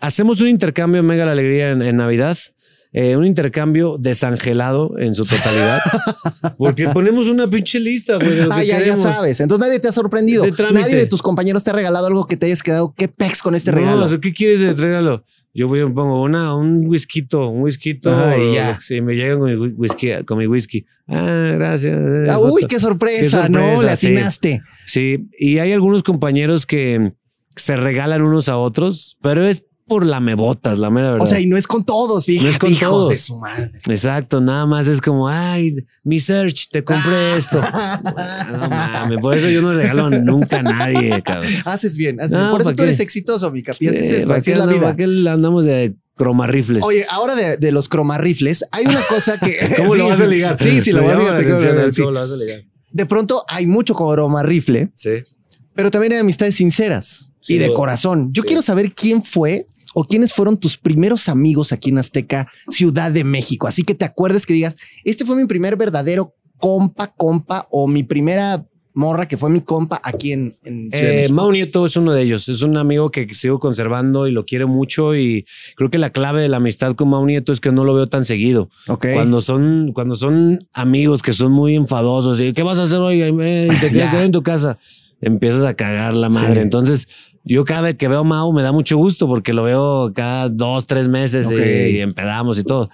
[SPEAKER 6] hacemos un intercambio en Mega la Alegría en, en Navidad. eh, un intercambio desangelado en su totalidad. porque ponemos una pinche lista, güey. de lo
[SPEAKER 1] Ah,
[SPEAKER 6] que
[SPEAKER 1] ya, ya
[SPEAKER 6] queremos.
[SPEAKER 1] sabes. Entonces nadie te ha sorprendido.
[SPEAKER 6] De trámite.
[SPEAKER 1] Nadie de tus compañeros te ha regalado algo que te hayas quedado. ¿Qué pex con este
[SPEAKER 6] No,
[SPEAKER 1] regalo?
[SPEAKER 6] o sea, ¿qué quieres de regalo? Yo voy y me pongo una, un whisky, un whisky.
[SPEAKER 1] Ah, y
[SPEAKER 6] o-
[SPEAKER 1] ya.
[SPEAKER 6] Si me llegan con mi whi- whisky, con mi whisky. Ah, gracias.
[SPEAKER 1] Ah,
[SPEAKER 6] Otro.
[SPEAKER 1] uy, qué sorpresa,
[SPEAKER 6] Qué
[SPEAKER 1] ¿no? Le
[SPEAKER 6] sorpresa, sí.
[SPEAKER 1] atinaste.
[SPEAKER 6] Sí, y hay algunos compañeros que se regalan unos a otros, pero es por lamebotas, la mera verdad.
[SPEAKER 1] O sea, y no es con todos, fíjate,
[SPEAKER 6] No es con
[SPEAKER 1] hijos
[SPEAKER 6] todos.
[SPEAKER 1] de su madre.
[SPEAKER 6] Exacto, nada más es como, ay, mi search, te
[SPEAKER 1] Ah.
[SPEAKER 6] compré esto. No mames, por eso yo no regalo nunca a nadie, cabrón.
[SPEAKER 1] Haces bien, haces
[SPEAKER 6] No,
[SPEAKER 1] bien. Por eso
[SPEAKER 6] ¿para
[SPEAKER 1] tú
[SPEAKER 6] qué?
[SPEAKER 1] eres exitoso, mi capi. Así es
[SPEAKER 6] Eh,
[SPEAKER 1] esto,
[SPEAKER 6] ¿para
[SPEAKER 1] así
[SPEAKER 6] qué
[SPEAKER 1] es la
[SPEAKER 6] andamos-
[SPEAKER 1] vida.
[SPEAKER 6] para qué Pues andamos de cromarrifles?
[SPEAKER 1] Oye, ahora de, de los cromarrifles, hay una cosa que.
[SPEAKER 6] ¿Cómo
[SPEAKER 1] Sí,
[SPEAKER 6] lo vas
[SPEAKER 1] sí.
[SPEAKER 6] a ligar?
[SPEAKER 1] Sí, sí, lo
[SPEAKER 6] Me
[SPEAKER 1] voy a
[SPEAKER 6] llama la
[SPEAKER 1] ligar. te
[SPEAKER 6] atención,
[SPEAKER 1] juro,
[SPEAKER 6] ¿cómo
[SPEAKER 1] sí.
[SPEAKER 6] lo vas a ligar?
[SPEAKER 1] De pronto hay mucho cromarrifle,
[SPEAKER 6] Sí.
[SPEAKER 1] pero también hay amistades sinceras y
[SPEAKER 6] Sin
[SPEAKER 1] de
[SPEAKER 6] duda.
[SPEAKER 1] corazón. Yo
[SPEAKER 6] Sí.
[SPEAKER 1] quiero saber quién fue o quiénes fueron tus primeros amigos aquí en Azteca, Ciudad de México. Así que te acuerdes que digas, este fue mi primer verdadero compa, compa o mi primera morra que fue mi compa aquí en, en Ciudad de
[SPEAKER 6] Eh,
[SPEAKER 1] México.
[SPEAKER 6] Mau Nieto es uno de ellos. Es un amigo que sigo conservando y lo quiero mucho. Y creo que la clave de la amistad con Mau Nieto es que no lo veo tan seguido.
[SPEAKER 1] Ok.
[SPEAKER 6] Cuando son, cuando son amigos que son muy enfadosos, y, ¿qué vas a hacer hoy? Eh, te quedas en tu casa. Empiezas a cagar la madre.
[SPEAKER 1] Sí.
[SPEAKER 6] Entonces, yo cada vez que veo a Mau me da mucho gusto porque lo veo cada dos, tres meses y-
[SPEAKER 1] Ok.
[SPEAKER 6] y, empedamos y todo.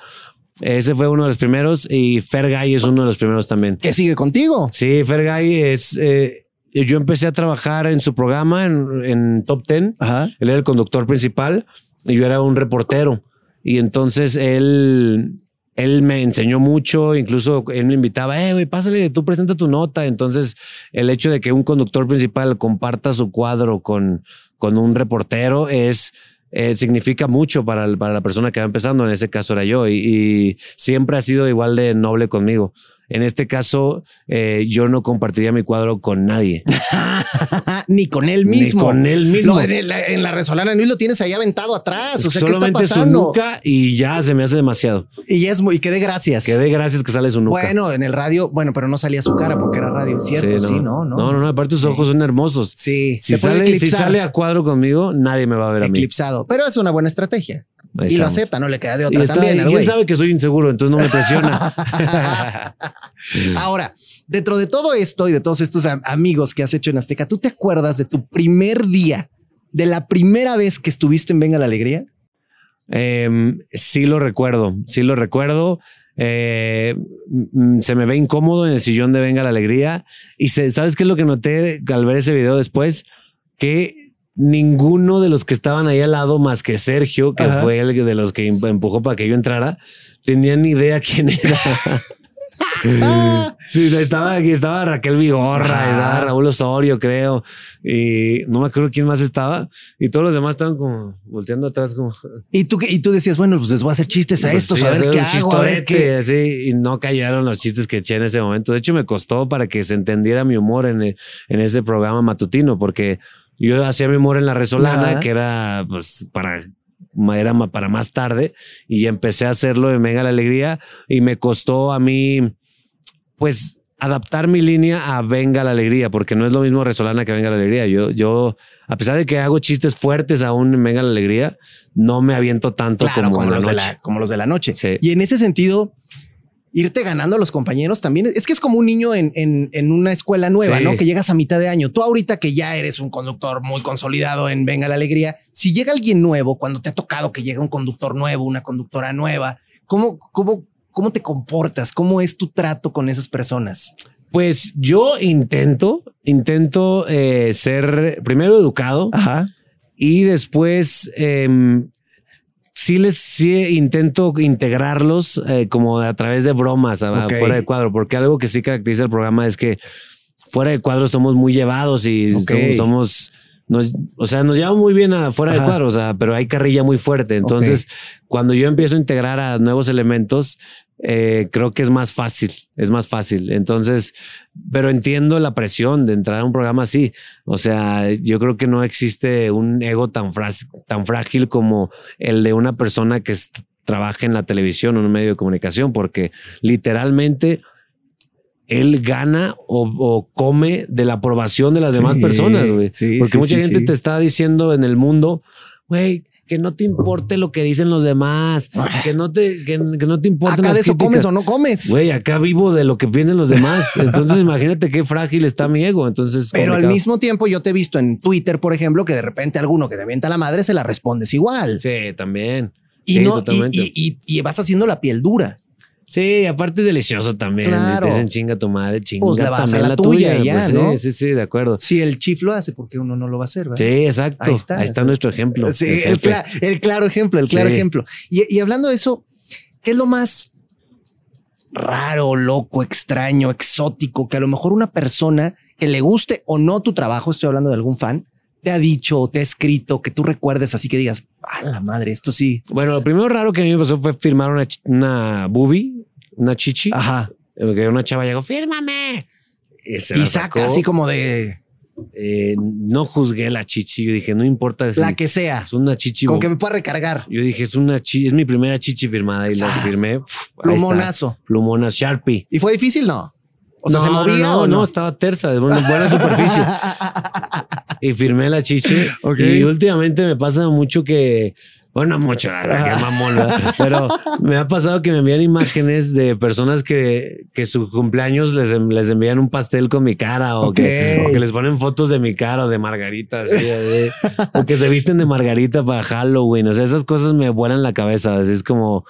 [SPEAKER 6] Ese fue uno de los primeros y Fergay es uno de los primeros también.
[SPEAKER 1] que sigue contigo.
[SPEAKER 6] Sí, Fergay es. eh, yo empecé a trabajar en su programa en, en Top Ten.
[SPEAKER 1] Ajá.
[SPEAKER 6] Él era el conductor principal y yo era un reportero. Y entonces él, él me enseñó mucho, incluso él me invitaba, eh, güey, pásale, tú presenta tu nota. Entonces, el hecho de que un conductor principal comparta su cuadro con, con un reportero es. eh, significa mucho para, el- para la persona que va empezando, en ese caso era yo, y, y siempre ha sido igual de noble conmigo. En este caso, eh, yo no compartiría mi cuadro con nadie.
[SPEAKER 1] Ah, Ajá, ni con él mismo.
[SPEAKER 6] Ni con él mismo.
[SPEAKER 1] No, en, la, en la resolana Luis lo tienes ahí aventado atrás. O sea, ¿qué está
[SPEAKER 6] Solamente su
[SPEAKER 1] pasando?
[SPEAKER 6] nuca y ya se me hace demasiado.
[SPEAKER 1] Y es muy, y que dé gracias.
[SPEAKER 6] Que dé gracias que sale su nuca.
[SPEAKER 1] bueno, en el radio, bueno, pero no salía su cara porque era radio, es cierto, sí, no, no.
[SPEAKER 6] No, no, no, aparte sus ojos son hermosos.
[SPEAKER 1] Sí,
[SPEAKER 6] Si
[SPEAKER 1] se puede
[SPEAKER 6] sale, si
[SPEAKER 1] eclipsar.
[SPEAKER 6] sale a cuadro conmigo, nadie me va a ver a mí.
[SPEAKER 1] eclipsado. Pero es una buena estrategia.
[SPEAKER 6] Ahí
[SPEAKER 1] y lo
[SPEAKER 6] estamos.
[SPEAKER 1] acepta, no le queda de
[SPEAKER 6] Y
[SPEAKER 1] otra
[SPEAKER 6] está-
[SPEAKER 1] también. al
[SPEAKER 6] y él
[SPEAKER 1] güey.
[SPEAKER 6] sabe que soy inseguro, entonces no me presiona.
[SPEAKER 1] Ahora, dentro de todo esto y de todos estos am- amigos que has hecho en Azteca, ¿tú te acuerdas de tu primer día? De la primera vez que estuviste en Venga la Alegría.
[SPEAKER 6] Em, sí lo recuerdo, sí lo recuerdo. eh, mm, se me ve incómodo en el sillón de Venga la Alegría. Y se- ¿sabes qué es lo que noté al ver ese video después? Que ninguno de los que estaban ahí al lado, más que Sergio, que
[SPEAKER 5] Ajá.
[SPEAKER 6] fue el de los que em- empujó para que yo entrara, tenían ni idea quién era.
[SPEAKER 1] Ah,
[SPEAKER 6] Sí, estaba, estaba Raquel Vigorra,
[SPEAKER 1] Ah.
[SPEAKER 6] estaba Raúl Osorio, creo. Y no me acuerdo quién más estaba. Y todos los demás estaban como volteando atrás, como.
[SPEAKER 1] y, tú, qué- y tú decías, bueno, pues les voy a hacer chistes a
[SPEAKER 6] Pues
[SPEAKER 1] estos,
[SPEAKER 6] sí,
[SPEAKER 1] a ver
[SPEAKER 6] hacer
[SPEAKER 1] qué
[SPEAKER 6] un
[SPEAKER 1] hago, a ver
[SPEAKER 6] chistorete,
[SPEAKER 1] qué.
[SPEAKER 6] así, y no callaron los chistes que eché en ese momento. De hecho, me costó para que se entendiera mi humor en, e- en ese programa matutino, porque yo hacía mi humor en la resolana,
[SPEAKER 1] Ajá.
[SPEAKER 6] que era pues para ma- era ma- para más tarde y empecé a hacerlo en Mega la Alegría y me costó a mí pues adaptar mi línea a Venga la Alegría porque no es lo mismo Resolana que Venga la Alegría yo yo a pesar de que hago chistes fuertes aún en Venga la Alegría no me aviento tanto
[SPEAKER 1] Claro,
[SPEAKER 6] como,
[SPEAKER 1] como,
[SPEAKER 6] en la
[SPEAKER 1] los de
[SPEAKER 6] noche
[SPEAKER 1] la, como los de la noche.
[SPEAKER 6] Sí.
[SPEAKER 1] Y en ese sentido, irte ganando a los compañeros también es que es como un niño en, en- en una escuela nueva,
[SPEAKER 6] Sí.
[SPEAKER 1] ¿no? Que llegas a mitad de año. Tú ahorita que ya eres un conductor muy consolidado en Venga la Alegría, si llega alguien nuevo, cuando te ha tocado que llega un conductor nuevo, una conductora nueva, ¿cómo, cómo, cómo te comportas? ¿Cómo es tu trato con esas personas?
[SPEAKER 6] Pues yo intento, intento eh, ser primero educado
[SPEAKER 1] Ajá.
[SPEAKER 6] y después em, sí les sí intento integrarlos eh, como a través de bromas a-
[SPEAKER 1] Ok.
[SPEAKER 6] fuera de cuadro, porque algo que sí caracteriza el programa es que fuera de cuadro somos muy llevados y
[SPEAKER 1] Ok.
[SPEAKER 6] somos, somos- nos- o sea, nos llevamos muy bien afuera de
[SPEAKER 1] Ajá.
[SPEAKER 6] cuadro, o sea, pero hay carrilla muy fuerte. Entonces, cuando yo empiezo a integrar a nuevos elementos, eh, creo que es más fácil, es más fácil. Entonces, pero entiendo la presión de entrar a un programa así. O sea, yo creo que no existe un ego tan, frás- tan frágil como el de una persona que est- trabaja en la televisión o en un medio de comunicación, porque literalmente él gana o, o come de la aprobación de las demás personas, güey. Porque mucha gente te está diciendo en el mundo, güey, que no te importe lo que dicen los demás, que no te, que, que no te importe
[SPEAKER 1] Ah. Acá
[SPEAKER 6] las
[SPEAKER 1] de eso
[SPEAKER 6] críticas.
[SPEAKER 1] comes o no comes.
[SPEAKER 6] Güey, acá vivo de lo que piensen los demás. Entonces, imagínate qué frágil está mi ego. Entonces,
[SPEAKER 1] Pero al
[SPEAKER 6] complicado.
[SPEAKER 1] mismo tiempo yo te he visto en Twitter, por ejemplo, que de repente alguno que te avienta la madre se la respondes igual.
[SPEAKER 6] Sí, también.
[SPEAKER 1] Y,
[SPEAKER 6] Sí,
[SPEAKER 1] no, y-
[SPEAKER 6] totalmente.
[SPEAKER 1] y, y- y vas haciendo la piel dura.
[SPEAKER 6] Sí, aparte es delicioso también. Si
[SPEAKER 1] Claro.
[SPEAKER 6] te dicen chinga tu madre, chinga
[SPEAKER 1] Pues le vas a
[SPEAKER 6] también
[SPEAKER 1] la
[SPEAKER 6] la,
[SPEAKER 1] tuya
[SPEAKER 6] tuya.
[SPEAKER 1] y ya,
[SPEAKER 6] Pues sí,
[SPEAKER 1] ¿no?
[SPEAKER 6] sí, sí, de acuerdo.
[SPEAKER 1] Si el chief lo hace, porque uno no lo va a hacer? ¿verdad?
[SPEAKER 6] Sí, exacto.
[SPEAKER 1] Ahí
[SPEAKER 6] Ahí
[SPEAKER 1] está.
[SPEAKER 6] está, nuestro ejemplo.
[SPEAKER 1] Sí,
[SPEAKER 6] El
[SPEAKER 1] el,
[SPEAKER 6] jefe.
[SPEAKER 1] cla- el claro ejemplo, el claro
[SPEAKER 6] Sí.
[SPEAKER 1] ejemplo. Y, y hablando de eso, ¿qué es lo más raro, loco, extraño, exótico que a lo mejor una persona que le guste o no tu trabajo, estoy hablando de algún fan, te ha dicho o te ha escrito que tú recuerdes así que digas, a la madre, esto sí.
[SPEAKER 6] Bueno, lo primero raro que a mí me pasó fue firmar una, ch- una boobie, una chichi.
[SPEAKER 1] Ajá.
[SPEAKER 6] Eh, que una chava llegó, fírmame. Y, se
[SPEAKER 1] Y
[SPEAKER 6] la
[SPEAKER 1] saca
[SPEAKER 6] sacó.
[SPEAKER 1] así como de
[SPEAKER 6] Eh, no juzgué la chichi. Yo dije, no importa. si
[SPEAKER 1] la que sea,
[SPEAKER 6] Es una chichi.
[SPEAKER 1] con
[SPEAKER 6] bo-
[SPEAKER 1] que me pueda recargar.
[SPEAKER 6] Yo dije, es una chichi. Es mi primera chichi firmada y la
[SPEAKER 1] Sas.
[SPEAKER 6] firmé. pf, ahí está.
[SPEAKER 1] Plumonazo.
[SPEAKER 6] Plumona Sharpie.
[SPEAKER 1] ¿Y fue difícil? No. O sea,
[SPEAKER 6] No,
[SPEAKER 1] ¿se
[SPEAKER 6] no,
[SPEAKER 1] movía
[SPEAKER 6] no,
[SPEAKER 1] o no?
[SPEAKER 6] no, estaba tersa, de buena, buena superficie. y firmé la chichi. Y últimamente me pasa mucho que. Bueno, mucho, la verdad, que mamón, ¿verdad? pero me ha pasado que me envían imágenes de personas que, que su cumpleaños les, en- les envían un pastel con mi cara o, que,
[SPEAKER 1] Ok.
[SPEAKER 6] o que les ponen fotos de mi cara o de Margarita, así, así, o que se visten de Margarita para Halloween. O sea, esas cosas me vuelan la cabeza. Así es como,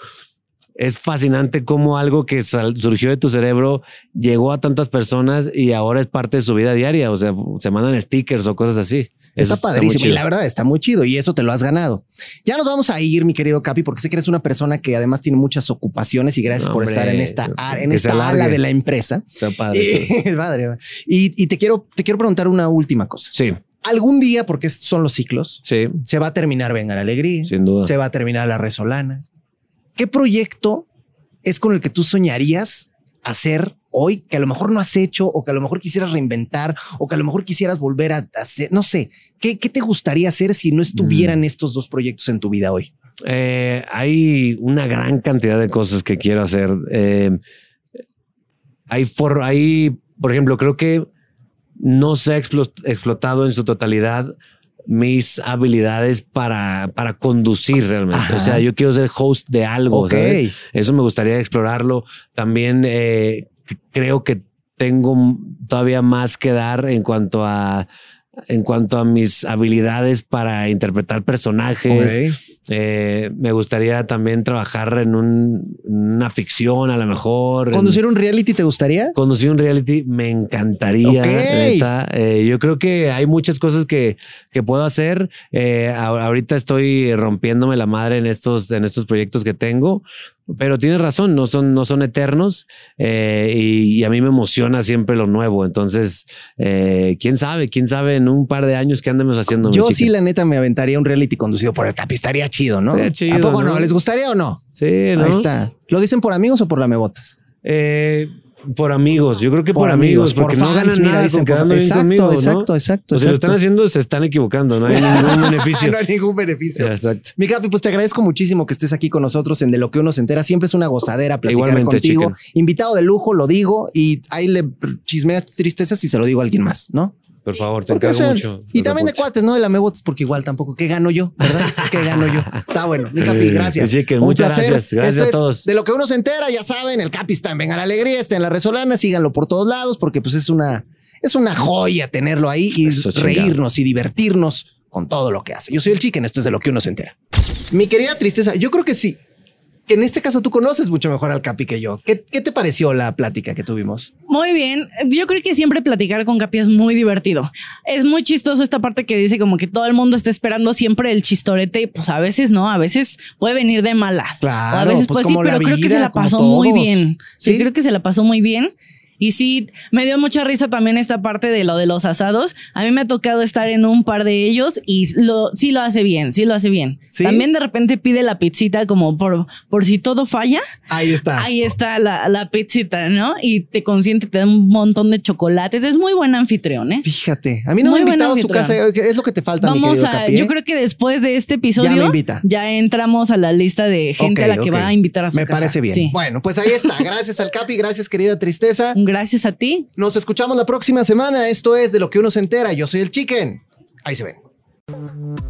[SPEAKER 6] es fascinante cómo algo que sal- surgió de tu cerebro llegó a tantas personas y ahora es parte de su vida diaria. O sea, se mandan stickers o cosas así. Eso
[SPEAKER 1] Está
[SPEAKER 6] muy
[SPEAKER 1] padrísimo. y
[SPEAKER 6] chido.
[SPEAKER 1] la verdad está muy chido y eso te lo has ganado. Ya nos vamos a ir, mi querido Capi, porque sé que eres una persona que además tiene muchas ocupaciones y gracias por
[SPEAKER 6] Hombre,
[SPEAKER 1] estar en esta, ar- en
[SPEAKER 6] que se
[SPEAKER 1] esta ala
[SPEAKER 6] alargue.
[SPEAKER 1] de la empresa.
[SPEAKER 6] Está padre. eso.
[SPEAKER 1] Y, madre, madre. y, y te quiero, te quiero preguntar una última cosa.
[SPEAKER 6] Sí,
[SPEAKER 1] Algún día, porque es- son los ciclos,
[SPEAKER 6] sí,
[SPEAKER 1] se va a terminar Venga la Alegría,
[SPEAKER 6] sin duda.
[SPEAKER 1] se va a terminar La Resolana. ¿Qué proyecto es con el que tú soñarías hacer hoy que a lo mejor no has hecho o que a lo mejor quisieras reinventar o que a lo mejor quisieras volver a hacer? No sé, ¿qué, qué te gustaría hacer si no estuvieran estos dos proyectos en tu vida hoy?
[SPEAKER 6] Eh, hay una gran cantidad de cosas que quiero hacer. Eh, hay, for- hay, por ejemplo, creo que no se ha explo- explotado en su totalidad mis habilidades para, para conducir realmente.
[SPEAKER 1] Ajá.
[SPEAKER 6] O sea, yo quiero ser host de algo.
[SPEAKER 1] ok,
[SPEAKER 6] ¿sabes? Eso me gustaría explorarlo. También eh, c- creo que tengo m- todavía más que dar en cuanto a en cuanto a mis habilidades para interpretar personajes. Eh, me gustaría también trabajar en un- una ficción, a lo mejor. en-
[SPEAKER 1] ¿Conducir un reality te gustaría?
[SPEAKER 6] Conducir un reality me encantaría.
[SPEAKER 1] Ok.
[SPEAKER 6] neta. Eh, yo creo que hay muchas cosas que, que puedo hacer. Eh, a- ahorita estoy rompiéndome la madre en estos, en estos proyectos que tengo, pero tienes razón, no son, no son eternos eh, y, y a mí me emociona siempre lo nuevo. Entonces, eh, quién sabe, quién sabe en un par de años qué andemos haciendo. mi
[SPEAKER 1] Yo
[SPEAKER 6] chica?
[SPEAKER 1] sí, la neta, me aventaría un reality conducido por el Capi. Estaría chido, ¿no?
[SPEAKER 6] Estaría chido,
[SPEAKER 1] ¿A poco no?
[SPEAKER 6] ¿no?
[SPEAKER 1] ¿Les gustaría o no?
[SPEAKER 6] Sí, ¿no?
[SPEAKER 1] Ahí está. ¿Lo dicen por amigos o por lamebotas?
[SPEAKER 6] Eh, por amigos, yo creo que por, amigos, porque no ganan
[SPEAKER 1] mira,
[SPEAKER 6] nada
[SPEAKER 1] dicen
[SPEAKER 6] con
[SPEAKER 1] por-
[SPEAKER 6] quedando bien
[SPEAKER 1] exacto,
[SPEAKER 6] conmigo, ¿no?
[SPEAKER 1] exacto, exacto,
[SPEAKER 6] O sea,
[SPEAKER 1] exacto. Ah,
[SPEAKER 6] lo están haciendo, se están equivocando, no hay ningún beneficio.
[SPEAKER 1] no hay ningún beneficio.
[SPEAKER 6] Exacto.
[SPEAKER 1] Mi Capi, pues te agradezco muchísimo que estés aquí con nosotros en De lo que uno se entera. Siempre es una gozadera platicar
[SPEAKER 6] Igualmente,
[SPEAKER 1] contigo.
[SPEAKER 6] chicken.
[SPEAKER 1] Invitado de lujo, lo digo, y ahí le chismeas tristezas y se lo digo a alguien más, ¿no?
[SPEAKER 6] Por favor, te
[SPEAKER 1] Porque,
[SPEAKER 6] encargo
[SPEAKER 1] o sea,
[SPEAKER 6] mucho.
[SPEAKER 1] Y también de cuates, ¿no? De lamebotas, porque igual tampoco. ¿Qué gano yo? ¿Verdad? ¿Qué gano yo? Está bueno. Mi Capi, gracias.
[SPEAKER 6] Sí, Eh, que
[SPEAKER 1] Un
[SPEAKER 6] muchas
[SPEAKER 1] placer.
[SPEAKER 6] gracias. Gracias
[SPEAKER 1] Esto
[SPEAKER 6] a
[SPEAKER 1] es
[SPEAKER 6] todos.
[SPEAKER 1] de lo que uno se entera, ya saben, el Capi está en Venga la Alegría, está en La Resolana, síganlo por todos lados, porque pues es una, es una joya tenerlo ahí y
[SPEAKER 6] Eso, chingado.
[SPEAKER 1] reírnos y divertirnos con todo lo que hace. Yo soy el chicken, esto es de lo que uno se entera. Mi querida Tristeza, yo creo que sí. Que en este caso tú conoces mucho mejor al Capi que yo. ¿Qué, qué te pareció la plática que tuvimos?
[SPEAKER 2] Muy bien. Yo creo que siempre platicar con Capi es muy divertido. Es muy chistoso esta parte que dice como que todo el mundo está esperando siempre el chistorete y pues a veces no, a veces puede venir de malas.
[SPEAKER 1] Claro,
[SPEAKER 2] O a veces
[SPEAKER 1] pues,
[SPEAKER 2] pues, sí,
[SPEAKER 1] como la
[SPEAKER 2] pero creo que
[SPEAKER 1] vida,
[SPEAKER 2] se la
[SPEAKER 1] como
[SPEAKER 2] pasó muy
[SPEAKER 1] todos.
[SPEAKER 2] bien.
[SPEAKER 1] Sí.
[SPEAKER 2] Sí, creo que se la pasó muy bien. Y sí, me dio mucha risa también esta parte de lo de los asados. A mí me ha tocado estar en un par de ellos y lo, sí lo hace bien, sí lo hace bien.
[SPEAKER 1] ¿Sí?
[SPEAKER 2] También de repente pide la pizzita como por, por si todo falla.
[SPEAKER 1] Ahí está.
[SPEAKER 2] Ahí está la, la pizzita, ¿no? Y te consiente, te da un montón de chocolates. Es muy buen anfitrión, ¿eh?
[SPEAKER 1] Fíjate, a mí no
[SPEAKER 2] Muy
[SPEAKER 1] me ha
[SPEAKER 2] buen
[SPEAKER 1] invitado a su casa.
[SPEAKER 2] anfitrión.
[SPEAKER 1] Es lo que te falta, mi
[SPEAKER 2] Vamos
[SPEAKER 1] querido
[SPEAKER 2] a,
[SPEAKER 1] Capi. ¿eh?
[SPEAKER 2] yo creo que después de este episodio
[SPEAKER 1] Ya me invita.
[SPEAKER 2] ya entramos a la lista de gente
[SPEAKER 1] Ok,
[SPEAKER 2] a la que
[SPEAKER 1] ok.
[SPEAKER 2] va a invitar a su
[SPEAKER 1] Me
[SPEAKER 2] casa.
[SPEAKER 1] parece bien.
[SPEAKER 2] Sí. Mm.
[SPEAKER 1] Bueno, pues ahí está. Gracias al Capi, gracias querida Tristeza.
[SPEAKER 2] Gracias a ti.
[SPEAKER 1] Nos escuchamos la próxima semana. Esto es De lo que uno se entera. Yo soy el Chicken. Ahí se ven.